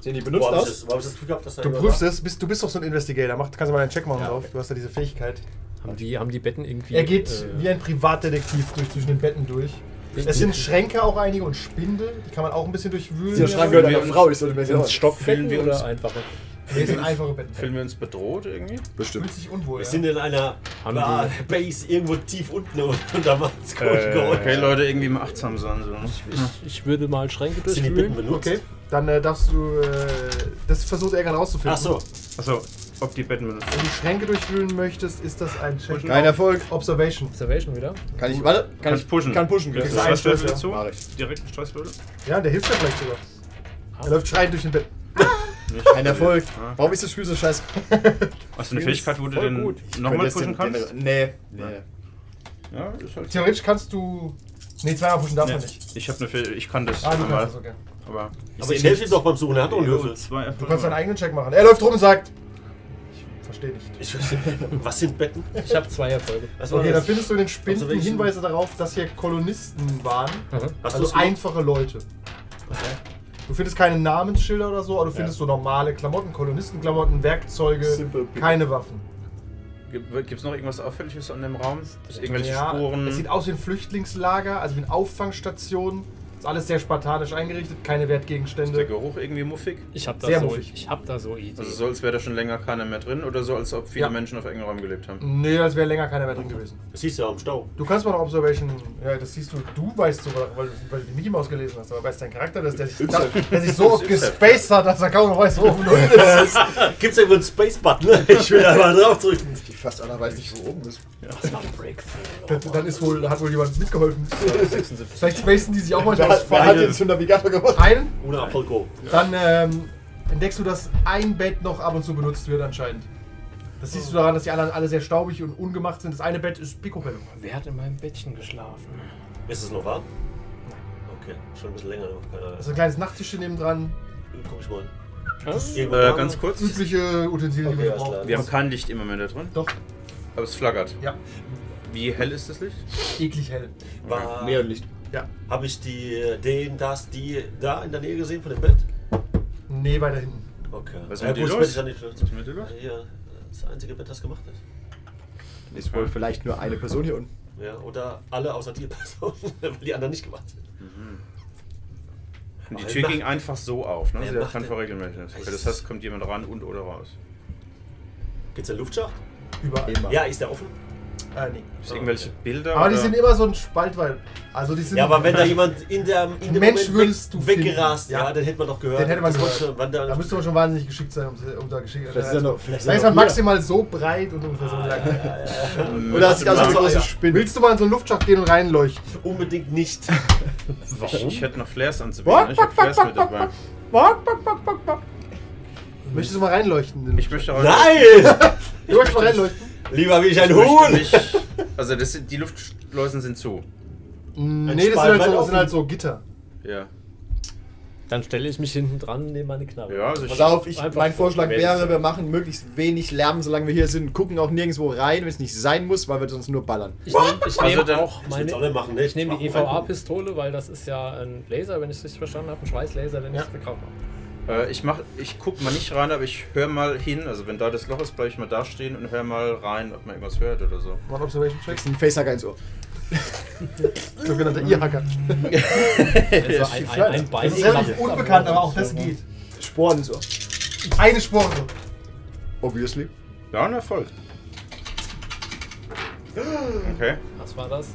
Speaker 4: Sehen die
Speaker 3: wo
Speaker 4: benutzt
Speaker 3: hab ich
Speaker 4: aus?
Speaker 3: das- wo hab ich das Glück gehabt, dass da
Speaker 2: Du
Speaker 3: jemand
Speaker 2: prüfst
Speaker 3: war?
Speaker 2: es, bist, du bist doch so ein Investigator. Mach, kannst du mal einen Check machen
Speaker 4: Ja,
Speaker 2: drauf.
Speaker 4: okay.
Speaker 2: Du hast ja diese Fähigkeit.
Speaker 7: Haben die, haben die Betten irgendwie.
Speaker 2: Er geht
Speaker 7: äh,
Speaker 2: wie ein Privatdetektiv durch, zwischen den Betten durch. Es sind Schränke auch einige und Spinde, die kann man auch ein bisschen durchwühlen.
Speaker 4: Der Schrank gehört einer Frau, ich sollte mir
Speaker 7: Sind's
Speaker 4: sagen.
Speaker 7: Stockbetten
Speaker 6: Fühlen wir uns-
Speaker 7: oder einfache?
Speaker 2: Nee, sind einfache Betten.
Speaker 6: Fühlen wir uns bedroht irgendwie?
Speaker 4: Bestimmt.
Speaker 2: Fühlt sich unwohl.
Speaker 3: Wir
Speaker 2: ja.
Speaker 3: sind in einer
Speaker 7: Haben
Speaker 3: Bar- Base irgendwo tief unten und, *laughs* und da macht's
Speaker 4: Oh
Speaker 3: gut geholt.
Speaker 6: Äh, okay, Leute, irgendwie mal achtsam sein. So. ne?
Speaker 7: Ich würde mal Schränke
Speaker 3: Sind die Betten
Speaker 7: durchwühlen.
Speaker 3: benutzt?
Speaker 2: Okay, dann äh, darfst du. Äh, das versucht er gerade rauszufinden.
Speaker 3: Ach so.
Speaker 6: Achso, ob die Betten benutzt
Speaker 2: Wenn
Speaker 6: sind.
Speaker 2: du Schränke durchwühlen möchtest, ist das ein Check.
Speaker 4: Kein Erfolg.
Speaker 2: Observation.
Speaker 7: Observation wieder.
Speaker 4: Kann ich, warte, kann
Speaker 6: Kannst
Speaker 4: ich
Speaker 6: pushen.
Speaker 4: Kann pushen,
Speaker 6: Gibt
Speaker 4: kriegst
Speaker 6: es
Speaker 4: du
Speaker 2: ein
Speaker 6: Stresswürfel
Speaker 2: Stress,
Speaker 6: dazu?
Speaker 4: Mach ich.
Speaker 6: Direkt einen Stresswürfel?
Speaker 2: Ja, der hilft dir vielleicht sogar. Er läuft schreiend durch den Bett.
Speaker 4: Ein Erfolg.
Speaker 6: Ja.
Speaker 4: Warum ist das Spiel so scheiße?
Speaker 6: Hast du eine Fähigkeit, wo du
Speaker 7: Voll
Speaker 6: den
Speaker 7: gut.
Speaker 4: Wenn
Speaker 6: nochmal
Speaker 4: das
Speaker 6: pushen
Speaker 4: den- den-
Speaker 6: kannst?
Speaker 4: Nee, nee.
Speaker 6: Ja, ist halt.
Speaker 2: Theoretisch kannst du. Nee, zweimal pushen darf
Speaker 6: Nee,
Speaker 2: man nicht.
Speaker 6: ich habe eine Fäh ich kann das
Speaker 2: Ah, du
Speaker 6: einmal.
Speaker 2: kannst das, okay.
Speaker 6: Aber
Speaker 3: Aber ich helfe ihm doch beim Suchen, er hat doch einen Würfel.
Speaker 6: zwei Erfolge.
Speaker 2: Du kannst deinen eigenen Check machen. Er läuft rum und sagt. Ich verstehe nicht.
Speaker 3: Ich verstehe. Was sind Betten?
Speaker 7: Ich habe zwei Erfolge.
Speaker 3: Was war
Speaker 2: Okay, dann
Speaker 3: das?
Speaker 2: findest du in den Spinden
Speaker 3: Observation.
Speaker 2: Hinweise darauf, dass hier Kolonisten waren.
Speaker 3: Also Hast
Speaker 2: also
Speaker 3: du's gemacht?
Speaker 2: einfache Leute. Du findest keine Namensschilder oder so, aber du findest so normale Klamotten, Kolonistenklamotten, Werkzeuge,
Speaker 4: Simple people.
Speaker 2: keine Waffen.
Speaker 6: Gibt es noch irgendwas Auffälliges an dem Raum? Ist irgendwelche
Speaker 2: Ja,
Speaker 6: Spuren?
Speaker 2: Es sieht aus wie ein Flüchtlingslager, also wie eine Auffangstation. Ist alles sehr spartanisch eingerichtet, keine
Speaker 6: ist der
Speaker 2: Wertgegenstände.
Speaker 6: Geruch irgendwie muffig?
Speaker 7: Ich habe
Speaker 2: Sehr
Speaker 7: da, so,
Speaker 2: muffig.
Speaker 7: ich hab da so Ideen.
Speaker 6: Also so, als wäre da schon länger keiner mehr drin oder so, als ob viele
Speaker 2: Ja. Mhm.
Speaker 6: Menschen auf engen Räumen gelebt haben.
Speaker 2: Nee, das wäre länger keiner mehr drin gewesen.
Speaker 3: Das siehst du ja am Stau.
Speaker 2: Du kannst mal noch Observation, ja, das siehst du, du weißt sogar, weil, weil du Mickey Maus gelesen hast, aber weißt dein Charakter, dass der, sich- der sich so oft gespaced hat, dass er kaum noch
Speaker 6: *laughs*
Speaker 2: weiß, wo oben und unten ist.
Speaker 3: *laughs* Gibt's da irgendwo einen Space-Button? *laughs* Ich will da mal drauf drücken.
Speaker 4: Die fast aller weiß nicht, wo oben ist.
Speaker 7: das war ein Breakthrough.
Speaker 2: Dann, dann ist wohl, hat wohl jemand mitgeholfen. Vielleicht spacen die sich auch manchmal aus.
Speaker 4: Wer hat den zum Navigator gemacht?
Speaker 2: Einen,
Speaker 3: Ohne Apple Go.
Speaker 2: dann ähm, entdeckst du, dass ein Bett noch ab und zu benutzt wird anscheinend. Das siehst du daran, dass die anderen alle sehr staubig und ungemacht sind. Das eine Bett ist picobello.
Speaker 7: Wer hat in meinem Bettchen geschlafen?
Speaker 3: Ist es noch warm? Okay, schon ein bisschen länger. noch,
Speaker 6: Also,
Speaker 3: keine Ahnung. Äh,
Speaker 2: Das ist ein kleines Nachttischchen nebendran.
Speaker 3: Guck ich mal.
Speaker 7: Hä?
Speaker 3: Irgendwo
Speaker 6: Äh,
Speaker 3: warm?
Speaker 6: ganz kurz,
Speaker 2: Übliche Utensilien, die
Speaker 3: Okay,
Speaker 2: man so
Speaker 3: alles
Speaker 2: braucht.
Speaker 6: wir haben kein Licht im Moment da drin,
Speaker 2: Doch,
Speaker 6: aber es flackert.
Speaker 2: ja.
Speaker 6: Wie hell ist das Licht?
Speaker 2: Eklig hell.
Speaker 3: War,
Speaker 4: Neonlicht.
Speaker 2: Ja.
Speaker 3: Habe ich die, äh, den, das, die da in der Nähe gesehen von dem Bett?
Speaker 2: Nee, weiter hinten.
Speaker 3: Okay.
Speaker 6: Was ist
Speaker 3: ja,
Speaker 6: mit dir
Speaker 3: gut, das
Speaker 6: los?
Speaker 3: Bett ist ja nicht schlecht.
Speaker 6: Was ist mit dir los?
Speaker 3: Hier, das einzige Bett, das gemacht ist.
Speaker 4: Ist wohl vielleicht nur eine Person hier unten.
Speaker 3: Ja, oder alle außer die Person, *laughs* weil die anderen nicht gemacht sind.
Speaker 6: Und die
Speaker 3: Wer
Speaker 6: Tür
Speaker 3: macht-
Speaker 6: ging einfach so auf, ne?
Speaker 3: Wer
Speaker 6: Sie hat
Speaker 3: macht
Speaker 6: kein
Speaker 3: denn-
Speaker 6: Verregelmäßiges. Okay, das heißt, kommt jemand ran und oder raus.
Speaker 3: Gibt's einen Luftschacht?
Speaker 2: Überall.
Speaker 4: Immer.
Speaker 3: Ja, ist der offen?
Speaker 2: Äh, nee.
Speaker 3: Oh,
Speaker 6: Ist irgendwelche Bilder?
Speaker 2: Aber die
Speaker 6: oder-
Speaker 2: sind immer so ein Spalt weit. Also die sind.
Speaker 3: Ja, aber wenn da jemand in der in dem
Speaker 2: Mensch
Speaker 3: Moment
Speaker 2: würdest du
Speaker 3: weggerast,
Speaker 2: finden.
Speaker 3: ja.
Speaker 2: Ja.
Speaker 3: dann hätte man doch gehört.
Speaker 2: Den hätte man
Speaker 3: Das
Speaker 2: gehört.
Speaker 3: wollte schon- wann
Speaker 2: Da müsste man schon wahnsinnig geschickt sein, um, um da geschickt
Speaker 4: Vielleicht ist er noch- vielleicht ist er
Speaker 2: ist
Speaker 4: noch
Speaker 2: man
Speaker 4: hier.
Speaker 2: maximal so breit und ungefähr so
Speaker 3: Ah,
Speaker 2: lang.
Speaker 4: Oder hast du also eine
Speaker 3: Ja.
Speaker 4: große Spinne?
Speaker 2: Willst du mal in so einen Luftschacht gehen und reinleuchten?
Speaker 3: Unbedingt nicht.
Speaker 2: *laughs*
Speaker 6: Ich, ich hätte noch Flares anzubieten. ne? Ich habe Flares mit dabei.
Speaker 2: Möchtest du mal reinleuchten? in den
Speaker 6: Ich
Speaker 2: Luftschacht?
Speaker 6: möchte heute.
Speaker 3: Nein!
Speaker 2: du möchtest mal reinleuchten?
Speaker 3: Lieber bin ich ein
Speaker 6: Ich möchte
Speaker 3: Huhn!
Speaker 6: mich, also das sind, die Luftschleusen sind zu.
Speaker 2: Mm,
Speaker 3: Ein
Speaker 2: Nee, das
Speaker 3: Spalt
Speaker 2: sind halt,
Speaker 3: weit
Speaker 2: so,
Speaker 3: offen.
Speaker 2: sind halt so Gitter.
Speaker 6: Ja.
Speaker 7: Dann stelle ich mich hinten dran und nehme meine Knarre.
Speaker 6: Ja, also
Speaker 4: Und
Speaker 6: ich,
Speaker 4: darauf, ich,
Speaker 7: Einfach
Speaker 4: mein Vorschlag
Speaker 7: vorwärts,
Speaker 4: wäre,
Speaker 7: ja.
Speaker 4: wir machen möglichst wenig Lärm, solange wir hier sind, gucken auch nirgendwo rein, wenn es nicht sein muss, weil wir sonst nur ballern.
Speaker 7: Ich nehme ich
Speaker 6: Also
Speaker 7: nehm
Speaker 6: dann-
Speaker 7: auch
Speaker 3: Ich will's auch
Speaker 7: meine.
Speaker 3: nicht machen, ne?
Speaker 7: Ich nehme die
Speaker 3: mach mal.
Speaker 7: EVA-Pistole, weil das ist ja ein Laser, wenn ich es richtig verstanden habe, ein Schweißlaser, den ich bekommen
Speaker 2: *laughs*
Speaker 7: habe.
Speaker 6: äh, ich mach, ich guck mal nicht rein, aber ich höre mal hin. Also wenn da das Loch ist, bleibe ich mal da stehen und höre mal rein, ob man irgendwas hört oder so.
Speaker 2: Mal einen Observation Check.
Speaker 4: Kriegst einen Facehacker ins Ohr.
Speaker 2: Sogenannter E-Hacker.
Speaker 7: Also ein, ein, ein Bein.
Speaker 2: Das ist relativ unbekannt, aber auch das geht.
Speaker 4: Sporen ins Ohr.
Speaker 2: Eine Spore.
Speaker 4: Obviously.
Speaker 6: Ja, ein Erfolg. Okay.
Speaker 7: Was war das?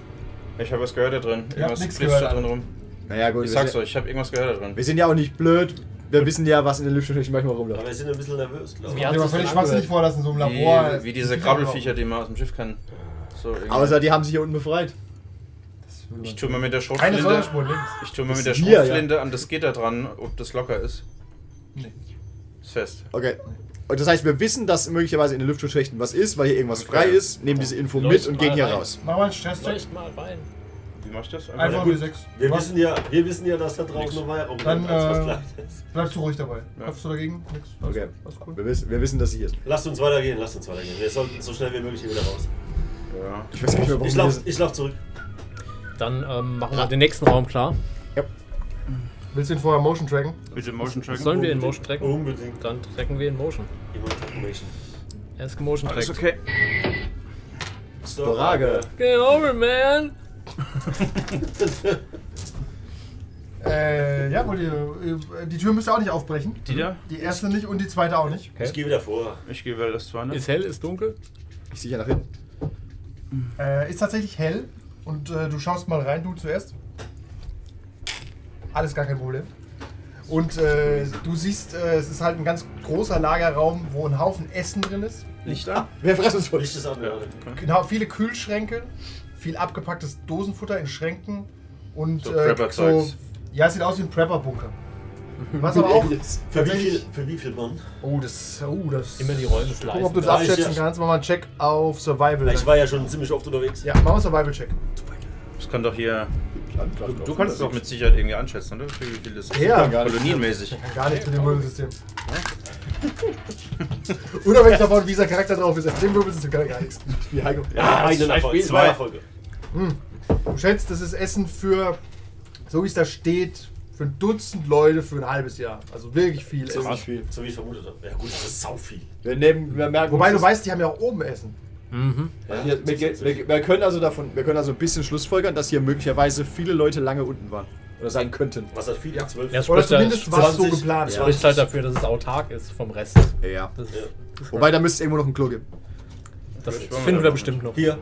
Speaker 6: Ich habe was gehört da drin. Irgendwas
Speaker 2: nix
Speaker 6: flitscht da
Speaker 2: gehört.
Speaker 6: drin rum.
Speaker 4: Naja, gut.
Speaker 6: Ich
Speaker 4: wir
Speaker 6: sag's
Speaker 4: sind,
Speaker 6: euch, ich habe irgendwas gehört da drin.
Speaker 4: Wir sind ja auch nicht blöd. Wir wissen ja, was in den Lüftungsschlächen manchmal
Speaker 3: Aber
Speaker 4: rumläuft.
Speaker 3: wir sind ein bisschen nervös, glaube ich.
Speaker 7: Ja.
Speaker 2: Ja,
Speaker 7: hat
Speaker 2: den man
Speaker 7: sich
Speaker 2: völlig
Speaker 7: das
Speaker 2: schwachsinnig
Speaker 7: angehört?
Speaker 2: vorlassen, in so einem Labor.
Speaker 6: Wie, wie diese Krabbelfiecher, die man aus dem Schiff kann. So, irgendwie.
Speaker 4: Außer die haben sich hier unten befreit.
Speaker 6: ich tue mal mit
Speaker 2: Keine
Speaker 6: der Schrotflinte.
Speaker 2: Säurespuren links.
Speaker 6: Ich tue mal mit der
Speaker 4: Ist hier, ja.
Speaker 6: Schrotflinte an das Gitter dran, ob das locker ist.
Speaker 2: Nee.
Speaker 6: Ist fest.
Speaker 4: Okay. Und das heißt, wir wissen, dass möglicherweise in den Lüftungsschächten was ist, weil hier irgendwas
Speaker 6: Okay.
Speaker 4: frei ist, nehmen diese Info mit
Speaker 7: Leuchtet
Speaker 4: und
Speaker 7: mal
Speaker 4: gehen hier
Speaker 7: rein.
Speaker 4: raus.
Speaker 2: Mach mal einen Stresscheck.
Speaker 7: Leucht mal rein.
Speaker 6: Wie mach ich das? Einfach
Speaker 2: Einfach
Speaker 6: ja,
Speaker 2: nur 6.
Speaker 3: Wir wissen, ja, wir wissen ja, dass da draußen noch Weihrauch
Speaker 2: Dann,
Speaker 3: bleibt, als was
Speaker 2: äh,
Speaker 3: Kleines.
Speaker 2: Bleibst du ruhig dabei.
Speaker 6: Ja.
Speaker 2: Kopfst du dagegen? Nix. Alles,
Speaker 4: Okay.
Speaker 2: alles cool.
Speaker 4: Wir wissen, wir wissen, dass sie hier ist.
Speaker 3: Lasst uns weitergehen, lasst uns weitergehen. Wir sollten so schnell wie möglich hier wieder raus.
Speaker 6: Ja.
Speaker 4: Ich weiß gar nicht mehr, warum wir
Speaker 3: Ich
Speaker 4: hier
Speaker 3: lauf,
Speaker 4: sind.
Speaker 3: ich lauf zurück.
Speaker 7: Dann ähm, machen wir den nächsten Raum klar.
Speaker 2: Willst du ihn vorher Motion tracken?
Speaker 6: Bitte Motion Track.
Speaker 7: Sollen wir in Motion
Speaker 2: Oh.
Speaker 7: trecken?
Speaker 3: Unbedingt.
Speaker 7: Dann trecken wir in Motion.
Speaker 3: Immer Information.
Speaker 7: Er ist gemotion
Speaker 6: Alles
Speaker 7: trackt.
Speaker 6: okay.
Speaker 4: Frage.
Speaker 7: Get over, man!
Speaker 2: Äh, ja, wollt ihr. äh, Die Tür müsst ihr auch nicht aufbrechen.
Speaker 6: Die da?
Speaker 2: Die erste nicht und die zweite auch nicht.
Speaker 3: *laughs* Ich gehe wieder vor.
Speaker 6: Ich gehe, weil das zwar nicht.
Speaker 7: Ist hell, ist dunkel.
Speaker 4: Ich sicher nach hinten.
Speaker 2: Äh, ist tatsächlich hell und äh, du schaust mal rein, du zuerst. Alles gar kein Problem. Und äh, du siehst, äh, es ist halt ein ganz großer Lagerraum, wo ein Haufen Essen drin ist. *laughs*
Speaker 6: Licht an?
Speaker 4: Wer fressen uns wohl?
Speaker 3: Licht ist an. Ja.
Speaker 2: Genau, viele Kühlschränke, viel abgepacktes Dosenfutter in Schränken und
Speaker 6: So
Speaker 2: äh,
Speaker 6: Prepper-Zeugs.
Speaker 2: Ja, es sieht aus wie ein Prepper-Bunker. Was aber
Speaker 3: *laughs*
Speaker 2: auch.
Speaker 3: Für wie viel,
Speaker 2: tatsächlich-
Speaker 3: für wie viel Mann?
Speaker 2: Oh, das. Oh, das.
Speaker 7: Immer die Rollen des
Speaker 2: Guck,
Speaker 7: Leisten.
Speaker 2: ob du das
Speaker 3: Ja, ich-
Speaker 2: abschätzen kannst. Mach mal einen Check auf Survival.
Speaker 3: Ich war ja schon ziemlich oft unterwegs.
Speaker 2: ja, mach mal einen Survival-Check.
Speaker 6: Das kann doch hier. Du, du kannst es doch mit Sicherheit irgendwie einschätzen, oder? Wie viel das ist.
Speaker 2: Ja.
Speaker 6: Kolonienmäßig.
Speaker 2: Gar nicht mit dem Würfelsystem. *laughs* Unabhängig davon, wie dieser Charakter drauf ist. Auf dem Würfelsystem kann er gar nichts. Wie Heiko.
Speaker 3: Ja,
Speaker 7: das ist
Speaker 3: einen
Speaker 7: ein
Speaker 3: Erfolg,
Speaker 7: Spiel.
Speaker 3: zwei Erfolge.
Speaker 2: Du schätzt, das ist Essen für, so wie es da steht, für ein Dutzend Leute für ein halbes Jahr. Also wirklich viel
Speaker 3: So
Speaker 2: Essen.
Speaker 3: wie, so wie ich vermutet habe. Ja gut, das ist sau viel.
Speaker 4: Wir, nehmen, wir merken,
Speaker 2: Wobei
Speaker 4: uns
Speaker 2: du
Speaker 4: das-
Speaker 2: weißt, die haben ja auch oben Essen.
Speaker 3: Ja,
Speaker 4: Hier, wir, ge- wir, wir können also davon, wir können also ein bisschen Schlussfolgern, dass hier möglicherweise viele Leute lange unten waren oder sein könnten.
Speaker 3: Was hat viel? Zwölf?
Speaker 7: Ja,
Speaker 2: Oder
Speaker 7: Spricht da-
Speaker 2: zumindest war es so
Speaker 3: 20,
Speaker 2: geplant.
Speaker 3: ja.
Speaker 7: Spricht halt dafür, dass es autark ist vom Rest.
Speaker 4: Ja.
Speaker 7: Das,
Speaker 3: Ja.
Speaker 4: Wobei da müsste es irgendwo noch ein Klo geben.
Speaker 7: das
Speaker 6: Ich war mal
Speaker 7: finden
Speaker 6: dabei.
Speaker 7: wir bestimmt noch.
Speaker 3: Hier.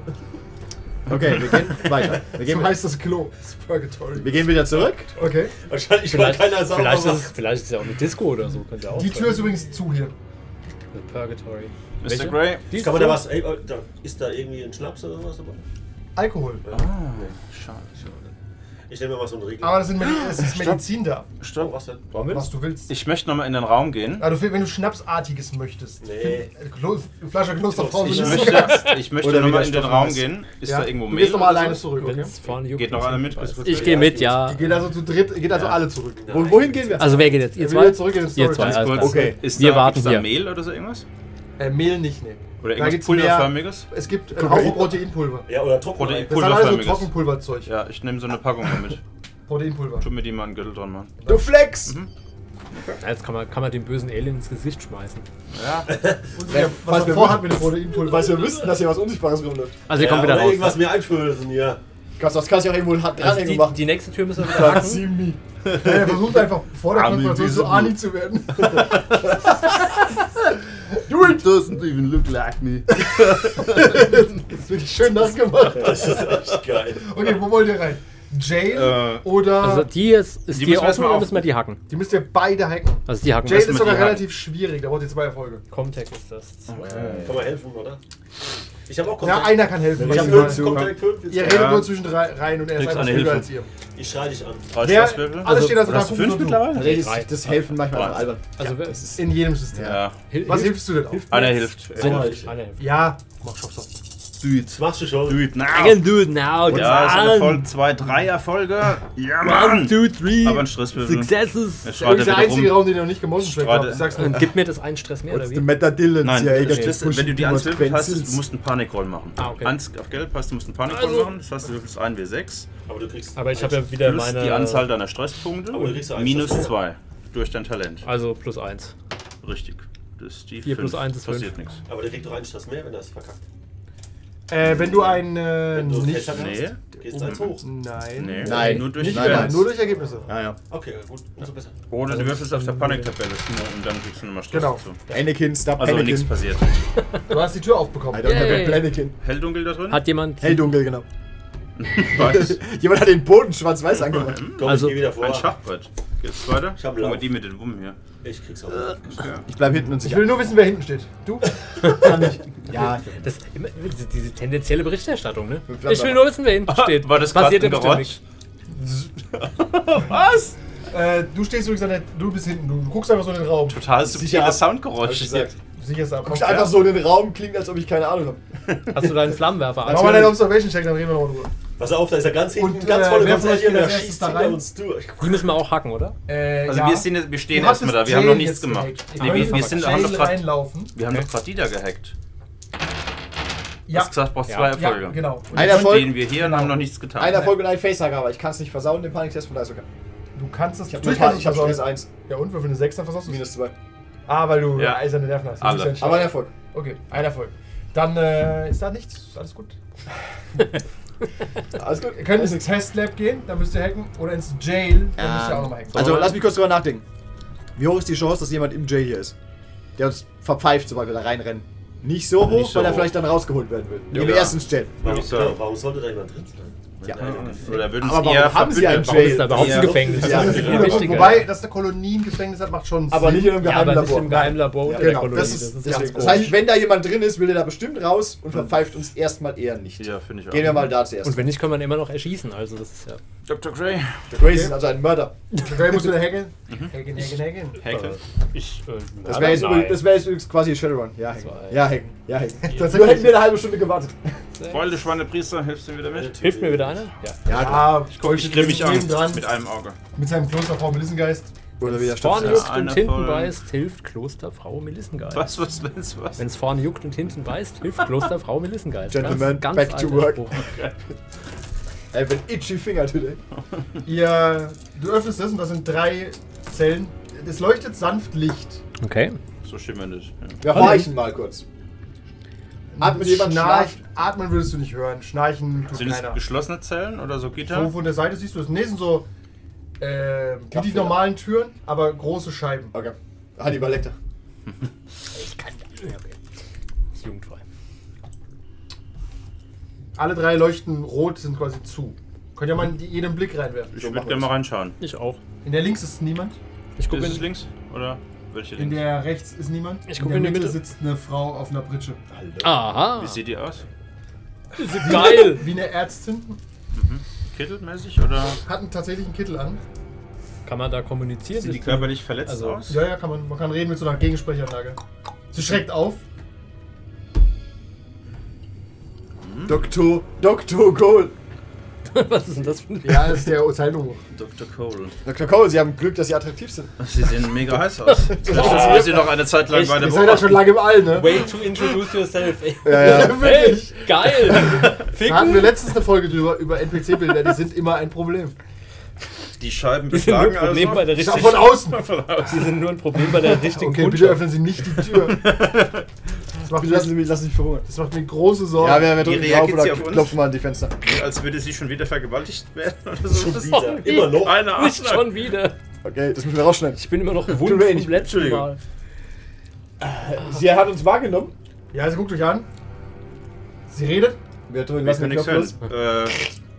Speaker 4: Okay, wir gehen *laughs* weiter. Wir
Speaker 2: So
Speaker 4: gehen,
Speaker 2: heißt das Klo. Das Purgatory.
Speaker 4: wir gehen wieder zurück.
Speaker 2: Okay.
Speaker 3: Wahrscheinlich war
Speaker 7: Vielleicht,
Speaker 3: keiner sauber.
Speaker 7: vielleicht, ist es, vielleicht ist es ja auch eine Disco oder so. Könnte ja auch
Speaker 2: Die Tür
Speaker 7: sein.
Speaker 2: ist übrigens zu hier.
Speaker 7: The Purgatory.
Speaker 6: Mr. Grey.
Speaker 7: Die
Speaker 3: Kann man da was, ey, äh, da, ist da irgendwie ein Schnaps oder was dabei?
Speaker 2: Alkohol.
Speaker 6: Schade, schade.
Speaker 3: Ich nehme mir mal so einen Riegel.
Speaker 2: Aber das, sind Medi es ist Medizin da,
Speaker 3: Stopp, was denn?
Speaker 4: Brauchen wir
Speaker 2: was du willst.
Speaker 6: Ich möchte nochmal in den Raum gehen.
Speaker 2: Also wenn du Schnapsartiges möchtest.
Speaker 3: Nee.
Speaker 2: Find- äh, Klo- Flasche Klosterfrau.
Speaker 6: Ich
Speaker 2: sind das-
Speaker 6: möchte, ich möchte
Speaker 4: Oder
Speaker 6: nochmal
Speaker 4: wieder
Speaker 6: in den
Speaker 4: Stoffen
Speaker 6: Raum
Speaker 4: ist.
Speaker 6: gehen. Ist
Speaker 2: Ja.
Speaker 6: da irgendwo
Speaker 2: Du gehst
Speaker 6: Mehl?
Speaker 2: nochmal alleine zurück,
Speaker 7: Wenn
Speaker 2: okay?
Speaker 7: es vorne juckt,
Speaker 6: Geht noch
Speaker 7: ist
Speaker 6: einer
Speaker 7: es
Speaker 6: mit?
Speaker 7: weiß.
Speaker 6: Bis-
Speaker 8: Ich gehe mit, ja.
Speaker 2: Geht also zu dritt, geht also alle zurück.
Speaker 4: Wo- Wohin gehen wir?
Speaker 8: Also wer geht jetzt? Ihr
Speaker 2: Wir
Speaker 8: zwei?
Speaker 2: gehen zurück in den
Speaker 8: Ihr
Speaker 2: Storage.
Speaker 8: zwei, alles klar.
Speaker 4: Okay.
Speaker 6: Ist
Speaker 8: Wir
Speaker 6: da,
Speaker 8: warten
Speaker 6: gibt's da
Speaker 8: hier.
Speaker 6: Mehl oder so irgendwas?
Speaker 2: Äh, Mehl nicht, ne.
Speaker 6: Oder
Speaker 2: Da
Speaker 6: irgendwas
Speaker 2: gibt's mehr-
Speaker 6: Pulverförmiges?
Speaker 2: Es gibt einen Haufen Proteinpulver.
Speaker 3: Ja, oder Trocken.
Speaker 6: Protein-
Speaker 2: Das ist alles so
Speaker 6: Pulverförmiges.
Speaker 2: Trockenpulverzeug.
Speaker 6: Ja, ich nehme so eine Packung mal mit.
Speaker 2: Proteinpulver.
Speaker 6: Tu mir die mal einen Gürtel dran, Mann.
Speaker 4: Du Flex!
Speaker 7: Ja, Jetzt kann man, kann man den bösen Alien ins Gesicht schmeißen.
Speaker 2: Ja, was
Speaker 4: Was
Speaker 2: er
Speaker 4: wir
Speaker 2: vorhat mit dem Proteinpulver.
Speaker 4: Weil wir wüssten, dass hier was Unsichtbares rumläuft.
Speaker 8: Also ihr
Speaker 3: Ja,
Speaker 8: kommt wieder
Speaker 3: oder
Speaker 8: raus.
Speaker 3: irgendwas mir einflößen, ja.
Speaker 4: Kannst, das kannst du auch irgendwo hart dran
Speaker 7: Also
Speaker 4: also
Speaker 7: die,
Speaker 4: machen.
Speaker 7: die nächste Tür müssen wir wieder hacken.
Speaker 4: Simi.
Speaker 2: Er versucht einfach vor der
Speaker 4: Armin,
Speaker 2: Konfrontation
Speaker 4: diese
Speaker 2: so
Speaker 4: Blut.
Speaker 2: Ani zu werden.
Speaker 9: Do it doesn't even look like me.
Speaker 2: Das ist wirklich schön das gemacht.
Speaker 3: Das ist echt geil.
Speaker 2: Okay, wo wollt ihr rein? Jane
Speaker 6: Äh,
Speaker 2: oder.
Speaker 8: Also die ist, ist
Speaker 6: Die
Speaker 8: die,
Speaker 6: müssen wir
Speaker 8: offen
Speaker 6: erstmal
Speaker 8: oder
Speaker 6: auf-
Speaker 8: müssen wir die hacken?
Speaker 2: die müsst ihr beide hacken.
Speaker 8: Also die hacken.
Speaker 2: Jane
Speaker 8: wir.
Speaker 2: ist
Speaker 6: mit
Speaker 2: sogar
Speaker 6: die hacken.
Speaker 2: relativ schwierig, da braucht ihr zwei Erfolge.
Speaker 7: Comtech ist das.
Speaker 6: Äh,
Speaker 3: Kann man helfen, oder? Ich habe auch
Speaker 2: Ja, einer kann helfen.
Speaker 3: Ich habe
Speaker 2: maximal.
Speaker 3: fünf, Contact fünf. jetzt-
Speaker 2: Ihr redet
Speaker 6: Ja.
Speaker 2: nur zwischen drei rein und er ist
Speaker 6: Kriegst
Speaker 2: einfach
Speaker 6: eine
Speaker 2: klüger als
Speaker 6: Hilfe.
Speaker 2: ihr.
Speaker 3: Ich schreie dich an.
Speaker 6: Drei
Speaker 2: Wer-
Speaker 6: Schwarzwürfel?
Speaker 2: Alles steht also
Speaker 6: Oder hast du
Speaker 2: nach
Speaker 6: fünf
Speaker 2: Punkten
Speaker 6: mittlerweile?
Speaker 4: Das, das helfen manchmal
Speaker 6: Boah.
Speaker 4: auch albern.
Speaker 7: Also wer-
Speaker 2: in jedem System.
Speaker 6: Ja.
Speaker 7: Hil-
Speaker 2: Was
Speaker 7: hilft-
Speaker 2: hilfst du denn auch?
Speaker 6: Einer hilft.
Speaker 3: Einer
Speaker 6: Einer
Speaker 3: hilft.
Speaker 7: Einer hilft.
Speaker 2: Ja, mach schon so.
Speaker 9: Do it.
Speaker 3: Machst du schon.
Speaker 9: Do it
Speaker 8: I
Speaker 9: now.
Speaker 8: can do it now.
Speaker 6: Ja, ist ein
Speaker 8: Mann.
Speaker 6: Erfolg. Zwei, drei Erfolge. Ja,
Speaker 8: One,
Speaker 6: Mann.
Speaker 8: two, three.
Speaker 6: Aber ein Stresswürfel. Er
Speaker 8: Successes.
Speaker 2: Das
Speaker 6: schreit
Speaker 2: ist
Speaker 6: er
Speaker 2: der einzige
Speaker 6: wieder rum.
Speaker 2: Raum, den ihr noch nicht gemossen
Speaker 6: Strahlt-
Speaker 2: habt. Ich sag's nur.
Speaker 7: Und gib mir das einen Stress mehr, oder
Speaker 4: Also
Speaker 7: wie?
Speaker 4: Metadillons
Speaker 6: Nein,
Speaker 4: hier, Alter.
Speaker 6: das, wenn du die eins würfelst, hast, du musst einen Panikroll machen.
Speaker 7: Ah, okay.
Speaker 6: Eins auf Gelb hast, du musst einen Panikroll
Speaker 7: Also-
Speaker 6: machen. Das heißt, du würfelst ein W6
Speaker 3: Aber du kriegst.
Speaker 7: Aber ich habe ja wieder
Speaker 6: plus
Speaker 7: meine.
Speaker 6: die Anzahl deiner Stresspunkte
Speaker 3: Aber Oh, du kriegst ja eins,
Speaker 6: minus
Speaker 3: das ist-
Speaker 6: 2 durch dein Talent.
Speaker 7: Also plus eins.
Speaker 6: Richtig. Das ist die
Speaker 7: Vier plus
Speaker 6: fünf.
Speaker 7: eins ist
Speaker 6: Passiert nichts.
Speaker 3: Aber der kriegt doch einen Stress mehr, wenn er es verkackt.
Speaker 2: Äh, wenn du ein. Äh,
Speaker 3: Wenn du
Speaker 2: nicht.
Speaker 3: Fässer
Speaker 6: Nee.
Speaker 3: hast, geht's eins hoch.
Speaker 2: Nein.
Speaker 6: Nee.
Speaker 4: Nein.
Speaker 6: Nur durch
Speaker 2: Nicht
Speaker 4: Nein,
Speaker 2: über-
Speaker 4: nein.
Speaker 2: nur durch Ergebnisse.
Speaker 4: Ja, ja.
Speaker 3: Okay, gut, umso besser.
Speaker 6: Oder du würfelst auf der Paniktabelle und dann kriegst du nochmal Stress
Speaker 2: Genau.
Speaker 6: dazu.
Speaker 4: Anakin, stop
Speaker 6: Also
Speaker 4: Anakin.
Speaker 6: nichts passiert.
Speaker 2: Du hast die Tür
Speaker 4: I
Speaker 2: aufbekommen.
Speaker 4: don't have a
Speaker 8: Yay.
Speaker 4: plan, Anakin.
Speaker 6: Helldunkel da drin?
Speaker 8: Hat jemand.
Speaker 4: Hey, dunkel, genau. *laughs*
Speaker 6: Weiß.
Speaker 4: Jemand hat den Boden schwarz-weiß angemalt.
Speaker 6: Mhm.
Speaker 3: Komm,
Speaker 8: Also,
Speaker 3: ich geh wieder vor.
Speaker 6: Ein Schachbrett. Geht's weiter?
Speaker 3: Ich hab
Speaker 6: Guck mal,
Speaker 3: Lauf.
Speaker 6: die mit den Wummen hier.
Speaker 3: Ich krieg's auch. Äh.
Speaker 4: Ich bleib hinten und
Speaker 2: Ich
Speaker 4: sicher.
Speaker 2: will nur wissen, wer hinten steht. Du?
Speaker 4: Ja, ich
Speaker 7: Das, immer- diese, diese tendenzielle Berichterstattung, ne?
Speaker 4: Flamme.
Speaker 8: Ich will nur wissen, wer
Speaker 6: *laughs*
Speaker 8: hinten steht.
Speaker 6: War das
Speaker 8: Passiert
Speaker 6: gerade
Speaker 8: im
Speaker 6: ein Geräusch?
Speaker 2: Äh, du stehst übrigens an der. Du bist hinten. Du, du guckst einfach so in den Raum.
Speaker 6: Total subtiles
Speaker 4: hab's
Speaker 6: Soundgeräusch.
Speaker 4: gesagt.
Speaker 2: Du sicherst ab.
Speaker 4: Guckst einfach so in den Raum, klingt, als ob ich keine Ahnung habe.
Speaker 7: Hast du deinen
Speaker 2: *laughs*
Speaker 7: Flammenwerfer
Speaker 2: Mach mal deinen
Speaker 7: Also,
Speaker 2: Observation-Check, dann reden wir nochmal drüber.
Speaker 3: Pass auf, da ist er ganz hinten,
Speaker 2: Und,
Speaker 3: ganz
Speaker 2: äh,
Speaker 3: voll.
Speaker 2: wer
Speaker 3: Ganz
Speaker 2: von euch
Speaker 3: hinten,
Speaker 2: geht
Speaker 3: der
Speaker 2: als erstes
Speaker 3: schießt
Speaker 2: da
Speaker 3: hinter
Speaker 2: rein?
Speaker 3: uns durch.
Speaker 7: Die müssen wir auch hacken, oder?
Speaker 2: Äh,
Speaker 6: Also
Speaker 2: ja.
Speaker 6: wir, sind, jetzt- wir stehen
Speaker 2: Ihr habt
Speaker 6: erstmal da,
Speaker 2: jetzt
Speaker 6: wir haben noch
Speaker 2: Jane
Speaker 6: nichts
Speaker 2: jetzt
Speaker 6: gemacht.
Speaker 2: gehackt. Ihr
Speaker 6: Nee,
Speaker 2: könnt
Speaker 6: wir, wir,
Speaker 2: mit
Speaker 6: sind,
Speaker 2: Jane
Speaker 6: haben doch grad,
Speaker 2: reinlaufen.
Speaker 6: wir haben doch gerade die da gehackt. Du
Speaker 2: Ja.
Speaker 6: hast gesagt, du brauchst
Speaker 7: Ja.
Speaker 6: zwei
Speaker 2: Ja,
Speaker 6: Erfolge.
Speaker 2: genau. Und
Speaker 4: Ein
Speaker 6: Jetzt
Speaker 4: Erfolg.
Speaker 6: stehen wir hier und haben noch nichts getan.
Speaker 4: Ein Erfolg und ein Facehacker, aber ich kann es nicht versauen, den Paniktest von Eishocker.
Speaker 2: Du kannst das
Speaker 4: Ich habe
Speaker 2: natürlich
Speaker 4: hab
Speaker 2: kannst
Speaker 4: ich hab
Speaker 2: du das
Speaker 4: Stress 1,
Speaker 2: versauen. Ja, und wir für eine 6 dann versaust du
Speaker 4: minus 2.
Speaker 2: Ah, weil du
Speaker 6: Ja.
Speaker 2: eiserne Nerven hast.
Speaker 6: Alle.
Speaker 2: Das ist ja
Speaker 4: Aber ein
Speaker 2: ein
Speaker 4: Erfolg.
Speaker 2: Schlag. Okay, ein Erfolg. Dann äh, ist da nichts, alles gut.
Speaker 4: Alles gut.
Speaker 2: Ihr könnt ins Testlab gehen, dann müsst ihr hacken. Oder ins Jail, dann müsst ihr auch nochmal hacken.
Speaker 4: Also lass mich kurz drüber nachdenken. Wie hoch ist die Chance, dass jemand im Jail hier ist? Der uns verpfeift, sobald wir da reinrennen. Nicht so hoch,
Speaker 6: so
Speaker 4: weil er
Speaker 6: hoch.
Speaker 4: vielleicht dann rausgeholt werden will. Im
Speaker 6: Ja.
Speaker 4: ersten Jail.
Speaker 3: Warum,
Speaker 6: sagen.
Speaker 3: genau, warum sollte da jemand drin sein?
Speaker 4: Ja.
Speaker 6: Oder würden
Speaker 4: Aber
Speaker 6: es
Speaker 4: warum
Speaker 6: eher
Speaker 4: haben sie einen
Speaker 7: Warum ist
Speaker 6: verbünden?
Speaker 7: da
Speaker 4: Jail?
Speaker 7: überhaupt ein
Speaker 6: Ja.
Speaker 7: Gefängnis?
Speaker 4: Ja.
Speaker 7: Das ist viel
Speaker 2: Oder-
Speaker 7: wichtiger.
Speaker 2: wobei, dass der Koloniengefängnis hat, macht schon Sinn.
Speaker 4: Aber nicht in einem
Speaker 7: ja, aber nicht
Speaker 4: Geheimlabor.
Speaker 7: im Geheimlabor unter der
Speaker 4: genau,
Speaker 7: Kolonie.
Speaker 4: das
Speaker 7: Das
Speaker 4: ist-
Speaker 7: ist,
Speaker 4: Deswegen.
Speaker 7: ganz
Speaker 4: Das
Speaker 7: komisch.
Speaker 4: heißt, wenn da jemand drin ist, will der da bestimmt raus und verpfeift uns erstmal eher nicht.
Speaker 6: Ja, finde ich auch.
Speaker 4: Gehen wir mal da zuerst.
Speaker 7: Und wenn nicht, kann man immer noch erschießen. Also das ist ja.
Speaker 6: Dr. Gray.
Speaker 4: Grace ist also ein Mörder.
Speaker 2: Ray muss wieder hackeln.
Speaker 6: Mhm.
Speaker 2: Hackeln, hackeln, hackeln.
Speaker 6: Hecke.
Speaker 7: Ich, äh,
Speaker 4: Das wäre jetzt, übrigens- das
Speaker 7: das
Speaker 4: wär jetzt übrigens quasi Shadowrun. Ja, hacken.
Speaker 7: war-
Speaker 4: Ja, hacken. Ja, hacken. Nur hätten
Speaker 2: Tatsächlich.
Speaker 4: wir eine halbe Stunde gewartet.
Speaker 6: Freunde, Schweinepriester, hilfst du mir wieder mit?
Speaker 8: Hilft mir wieder einer? Ja.
Speaker 2: Ja, ich
Speaker 6: Ich grimm mich an. Mit einem Auge.
Speaker 2: Mit seinem Klosterfrau Melissengeist.
Speaker 4: Oder wieder
Speaker 8: Vorne
Speaker 6: Ja,
Speaker 8: juckt
Speaker 6: einer
Speaker 8: und hinten
Speaker 6: voll.
Speaker 8: beißt, hilft Klosterfrau Melissengeist.
Speaker 6: Was, was, was, was?
Speaker 8: Wenn es vorne juckt und hinten beißt, hilft Klosterfrau Melissengeist.
Speaker 4: Gentlemen, back to
Speaker 8: alter
Speaker 4: work.
Speaker 8: Spruch.
Speaker 4: Ey, wenn itchy Finger today.
Speaker 2: Ihr, du öffnest das und das sind drei Zellen. Es leuchtet sanft Licht.
Speaker 8: Okay.
Speaker 6: So schimmerndes. Ja.
Speaker 4: Wir
Speaker 8: Hallo.
Speaker 4: weichen mal kurz. Atmet
Speaker 2: Schnarch-
Speaker 4: jemand schnarcht?
Speaker 2: Atmen würdest du nicht hören. Schnarchen tut
Speaker 6: Sind es
Speaker 2: keiner.
Speaker 6: geschlossene Zellen oder so Gitter?
Speaker 2: So von der Seite siehst du es. Nee, sind so äh, wie die
Speaker 4: Dachfeder.
Speaker 2: normalen Türen, aber große Scheiben.
Speaker 4: Okay. Hannibal Lecter.
Speaker 8: Ist jugendfrei.
Speaker 2: Alle drei leuchten rot, sind quasi zu. Könnt ihr mal in die- jeden Blick reinwerfen.
Speaker 6: Ich
Speaker 4: So,
Speaker 6: würde
Speaker 4: machen
Speaker 6: gerne
Speaker 4: wir's.
Speaker 6: mal reinschauen.
Speaker 8: Ich auch.
Speaker 2: In der links ist niemand.
Speaker 8: Ich gucke
Speaker 6: Ist
Speaker 8: in,
Speaker 6: es links oder welche
Speaker 2: In
Speaker 6: links?
Speaker 2: der rechts ist niemand.
Speaker 8: Ich guck
Speaker 2: in
Speaker 8: in
Speaker 2: der
Speaker 8: die
Speaker 2: Mitte
Speaker 8: Mitte.
Speaker 2: sitzt eine Frau auf einer Pritsche.
Speaker 8: Aha.
Speaker 6: Wie sieht die aus?
Speaker 8: Geil.
Speaker 2: Wie eine Ärztin.
Speaker 6: Kittelmäßig oder
Speaker 2: Hat einen tatsächlichen Kittel an.
Speaker 8: Kann man da kommunizieren?
Speaker 6: sieht die körperlich verletzt
Speaker 8: Also-
Speaker 6: aus?
Speaker 2: Ja, ja, kann man. Man kann reden mit so einer Gegensprechanlage. Sie schreckt auf.
Speaker 4: Doktor, Doktor Cole.
Speaker 8: Was ist denn das für ein
Speaker 2: Ja, das ist der Zeilenhoch.
Speaker 6: Dr. Cole.
Speaker 4: Dr. Cole, Sie haben Glück, dass Sie attraktiv sind.
Speaker 6: Sie sehen mega heiß aus. Ich habe sie noch eine Zeit lang weiter
Speaker 2: Ihr seid ja schon
Speaker 6: beobachten.
Speaker 2: lange im All, ne?
Speaker 8: Way to introduce yourself. Ey.
Speaker 4: *laughs* Ja, ja.
Speaker 8: Ey, *laughs* geil.
Speaker 2: Da hatten wir letztens eine Folge drüber, über NPC-Bilder, die sind immer ein Problem.
Speaker 6: Die Scheiben
Speaker 8: Die sind, nur
Speaker 6: beschlagen
Speaker 8: ein Problem bei
Speaker 6: also.
Speaker 8: der
Speaker 2: Ich sag
Speaker 8: richtigen,
Speaker 2: von außen.
Speaker 8: die sind nur ein Problem bei der richtigen
Speaker 2: Okay, bitte
Speaker 8: Kundschaft.
Speaker 2: öffnen Sie nicht die Tür. Das macht,
Speaker 4: Bitte *laughs* lassen Sie
Speaker 2: mir,
Speaker 4: mich, lassen Sie mich verhungern.
Speaker 2: das macht mir große Sorgen.
Speaker 4: Ja, wer, wer
Speaker 6: Wie
Speaker 4: drückt
Speaker 6: reagiert
Speaker 4: drauf oder
Speaker 6: sie auf uns?
Speaker 4: klopft mal an die Fenster.
Speaker 6: *laughs* Als würde sie schon wieder vergewaltigt werden oder *laughs* so.
Speaker 8: Oh,
Speaker 3: Immer noch.
Speaker 6: Eine
Speaker 8: Nicht
Speaker 6: Ahnung.
Speaker 8: schon wieder.
Speaker 4: Okay, das müssen wir rausschneiden.
Speaker 8: Ich bin immer noch wund
Speaker 4: Tut mir
Speaker 8: vom
Speaker 4: nicht-
Speaker 8: letzten
Speaker 6: Entschuldigung.
Speaker 8: Mal.
Speaker 4: Sie hat uns wahrgenommen.
Speaker 2: Ja, sie guckt euch an. Sie redet.
Speaker 4: Wir drücken,
Speaker 6: Ich
Speaker 4: lassen
Speaker 6: kann
Speaker 4: den
Speaker 6: nichts
Speaker 4: Knopf los.
Speaker 6: hören. Äh,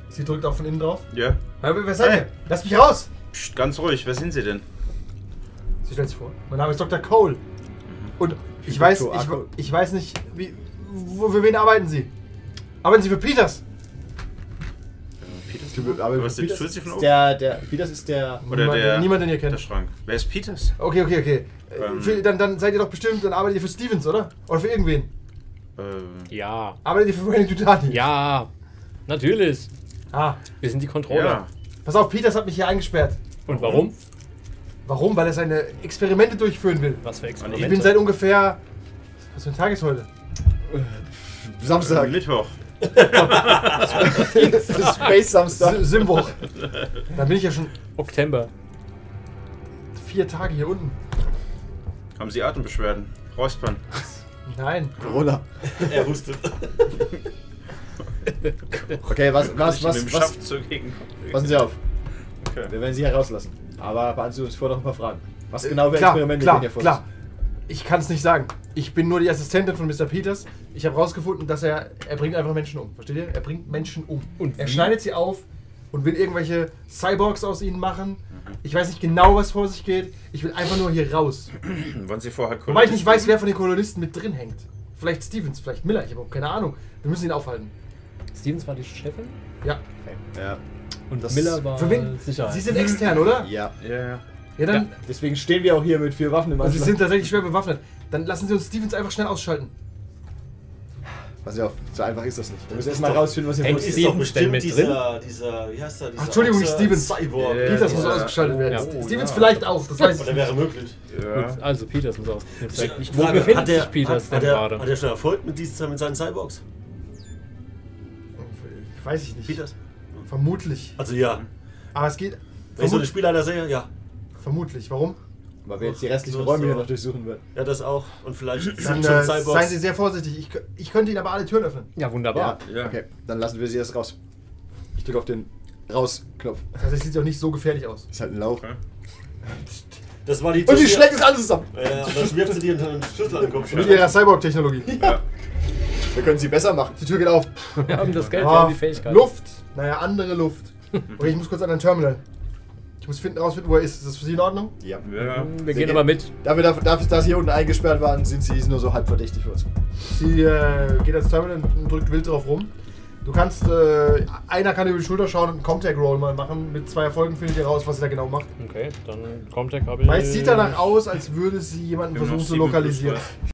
Speaker 2: Sie drückt auch von innen drauf.
Speaker 6: ja.
Speaker 2: Hör, wer seid ihr? Lass mich raus!
Speaker 6: Psst, ganz ruhig, wer sind Sie denn?
Speaker 2: Sie stellt sich vor. Mein Name ist Dr. Cole. Und ich weiß,
Speaker 4: Dr.
Speaker 2: ich,
Speaker 4: Cole.
Speaker 2: ich weiß nicht, wie, wo, für wen arbeiten Sie? Arbeiten Sie für Peters?
Speaker 4: Du, aber
Speaker 6: Was ist
Speaker 4: Peters
Speaker 6: die Schulze von
Speaker 4: ist
Speaker 6: oben?
Speaker 4: Der, der, wie das ist der.
Speaker 6: Oder
Speaker 2: niemand,
Speaker 6: der-
Speaker 2: niemand, den ihr
Speaker 6: Der
Speaker 2: kennt.
Speaker 6: Schrank. Wer ist Peters?
Speaker 2: Okay, okay, okay. Äh,
Speaker 6: Ähm.
Speaker 2: Für, dann, dann seid ihr doch bestimmt, dann arbeitet ihr für Stevens, oder? Oder für irgendwen?
Speaker 6: Ähm,
Speaker 8: Ja.
Speaker 2: Arbeitet ihr für Wayne Dutani?
Speaker 8: Ja. Natürlich.
Speaker 2: Ah,
Speaker 8: Wir sind die Controller.
Speaker 6: ja.
Speaker 2: pass auf, Peters hat mich hier eingesperrt.
Speaker 8: Und warum?
Speaker 2: Warum? Weil er seine Experimente durchführen will.
Speaker 8: Was für
Speaker 2: Ich
Speaker 8: Experimente?
Speaker 2: bin seit ungefähr. Was für ein Tag ist heute?
Speaker 4: Samstag. *laughs*
Speaker 6: Mittwoch.
Speaker 4: Das Space Samstag.
Speaker 2: Sim- Simwoch. Dann bin ich ja schon
Speaker 8: Oktober.
Speaker 2: vier Tage hier unten.
Speaker 6: Haben Sie Atembeschwerden? Räuspern.
Speaker 2: Nein.
Speaker 4: Corona.
Speaker 3: Er hustet.
Speaker 4: Okay, was, was, was,
Speaker 6: mit dem
Speaker 4: was,
Speaker 6: Schaft zugegen.
Speaker 4: passen Sie auf.
Speaker 6: Okay.
Speaker 4: Wir werden Sie herauslassen. Aber beantworten Sie uns vorher noch ein paar Fragen. Was genau für
Speaker 2: Klar,
Speaker 4: Experimente
Speaker 2: klar,
Speaker 4: gehen hier vor
Speaker 2: klar. Ich kann es nicht sagen. Ich bin nur die Assistentin von Mr. Peters. Ich habe rausgefunden, dass er. Er bringt einfach Menschen um. Versteht ihr? Er bringt Menschen um.
Speaker 8: Und
Speaker 2: er
Speaker 8: wie?
Speaker 2: schneidet sie auf und will irgendwelche Cyborgs aus ihnen machen. Ich weiß nicht genau, was vor sich geht. Ich will einfach nur hier raus.
Speaker 6: Wollen Sie vorher kurz.
Speaker 2: Wobei ich nicht weiß, wer von den Kolonisten mit drin hängt. Vielleicht Stevens, vielleicht Miller, ich habe auch keine Ahnung. Wir müssen ihn aufhalten.
Speaker 8: Stevens war die Chefin
Speaker 2: Ja.
Speaker 4: Ja.
Speaker 8: und
Speaker 4: Das-
Speaker 8: Miller war
Speaker 2: Für
Speaker 7: Äh,
Speaker 2: wen?
Speaker 8: Sicherheit.
Speaker 2: Sie sind extern, oder?
Speaker 4: Ja.
Speaker 6: Ja, ja.
Speaker 2: Ja, dann.
Speaker 4: Deswegen stehen wir auch hier mit vier Waffen im
Speaker 2: Also sie
Speaker 4: Anschlag.
Speaker 2: sind tatsächlich schwer bewaffnet. Dann lassen Sie uns Stevens einfach schnell ausschalten.
Speaker 4: Passen Sie auf, so einfach ist das nicht. Wir müssen erstmal rausfinden, was hier vor
Speaker 8: Hängt
Speaker 4: sich
Speaker 8: ist sie-
Speaker 4: ist.
Speaker 3: doch
Speaker 8: Steven denn
Speaker 3: bestimmt
Speaker 8: mit
Speaker 3: dieser, dieser, wie heißt er? Dieser
Speaker 2: Ach, Entschuldigung, nicht
Speaker 3: Ochse-
Speaker 2: Steven.
Speaker 3: Cyborg.
Speaker 6: Ja,
Speaker 2: Peters muss
Speaker 6: dieser-
Speaker 2: ausgeschaltet werden.
Speaker 8: Ja.
Speaker 2: Stevens vielleicht auch, das weiß ich
Speaker 3: Oder
Speaker 2: nicht.
Speaker 3: wäre möglich.
Speaker 6: ja.
Speaker 8: Also Peters muss aus. Jetzt zeigt mich, Wo
Speaker 3: Frage,
Speaker 8: befindet
Speaker 3: hat der-
Speaker 8: sich Peters
Speaker 3: hat,
Speaker 8: denn
Speaker 3: hat er, Hat
Speaker 8: gerade?
Speaker 3: er schon Erfolg mit, dieser, mit seinen Cyborgs?
Speaker 2: Weiß ich nicht.
Speaker 3: Peters?
Speaker 2: Vermutlich.
Speaker 3: Also ja.
Speaker 2: Aber es geht.
Speaker 3: Wenn ich so
Speaker 2: Vermut
Speaker 3: eine Spielleiter sehe, ja.
Speaker 2: vermutlich. Warum?
Speaker 4: Weil wir jetzt die restlichen
Speaker 3: So,
Speaker 4: Räume
Speaker 3: so.
Speaker 4: hier noch durchsuchen werden.
Speaker 3: Ja, das auch. Und vielleicht sind
Speaker 2: Dann
Speaker 3: schon
Speaker 2: äh, seien Sie
Speaker 3: Cyborgs.
Speaker 2: sehr vorsichtig. Ich, kö- ich könnte Ihnen aber alle Türen öffnen.
Speaker 8: Ja, wunderbar.
Speaker 6: Ja.
Speaker 4: Okay, dann lassen wir sie erst raus. Ich drücke auf den Raus-Knopf.
Speaker 2: Also es sieht auch nicht so gefährlich aus.
Speaker 4: Ist halt ein Lauch.
Speaker 6: Okay.
Speaker 3: Das war die
Speaker 4: Und die
Speaker 3: Tür-
Speaker 4: schlägt es alles zusammen.
Speaker 3: Ja, und dann wirft sie dir einen Schlüssel an den Kopf.
Speaker 2: Mit Ihrer Cyborg-Technologie.
Speaker 4: Wir können sie besser machen.
Speaker 2: Die Tür geht
Speaker 6: *laughs*
Speaker 2: auf.
Speaker 8: Wir haben das Geld, wir
Speaker 2: Ah,
Speaker 8: haben die Fähigkeit.
Speaker 2: Luft. Naja, andere Luft. Okay, ich muss kurz an den Terminal. Ich muss finden, rausfinden, wo er ist. Ist das für Sie in Ordnung?
Speaker 4: Ja.
Speaker 6: Ja.
Speaker 8: Wir gehen aber mit.
Speaker 4: Dafür, dafür, dafür, dass sie hier unten eingesperrt waren, sind sie nur so halb verdächtig für uns.
Speaker 2: Sie äh, geht ans Terminal und drückt wild drauf rum. Du kannst, äh, einer kann über die Schulter schauen und einen Comtech Roll mal machen. Mit zwei Erfolgen findet ihr raus, was sie da genau macht.
Speaker 7: Okay, dann kommt der Kabel.
Speaker 2: Weil es sieht danach aus, als würde sie jemanden
Speaker 6: Äh. Wir haben
Speaker 2: versuchen
Speaker 6: noch
Speaker 2: zu
Speaker 6: sieben plus
Speaker 2: lokalisieren.
Speaker 6: was.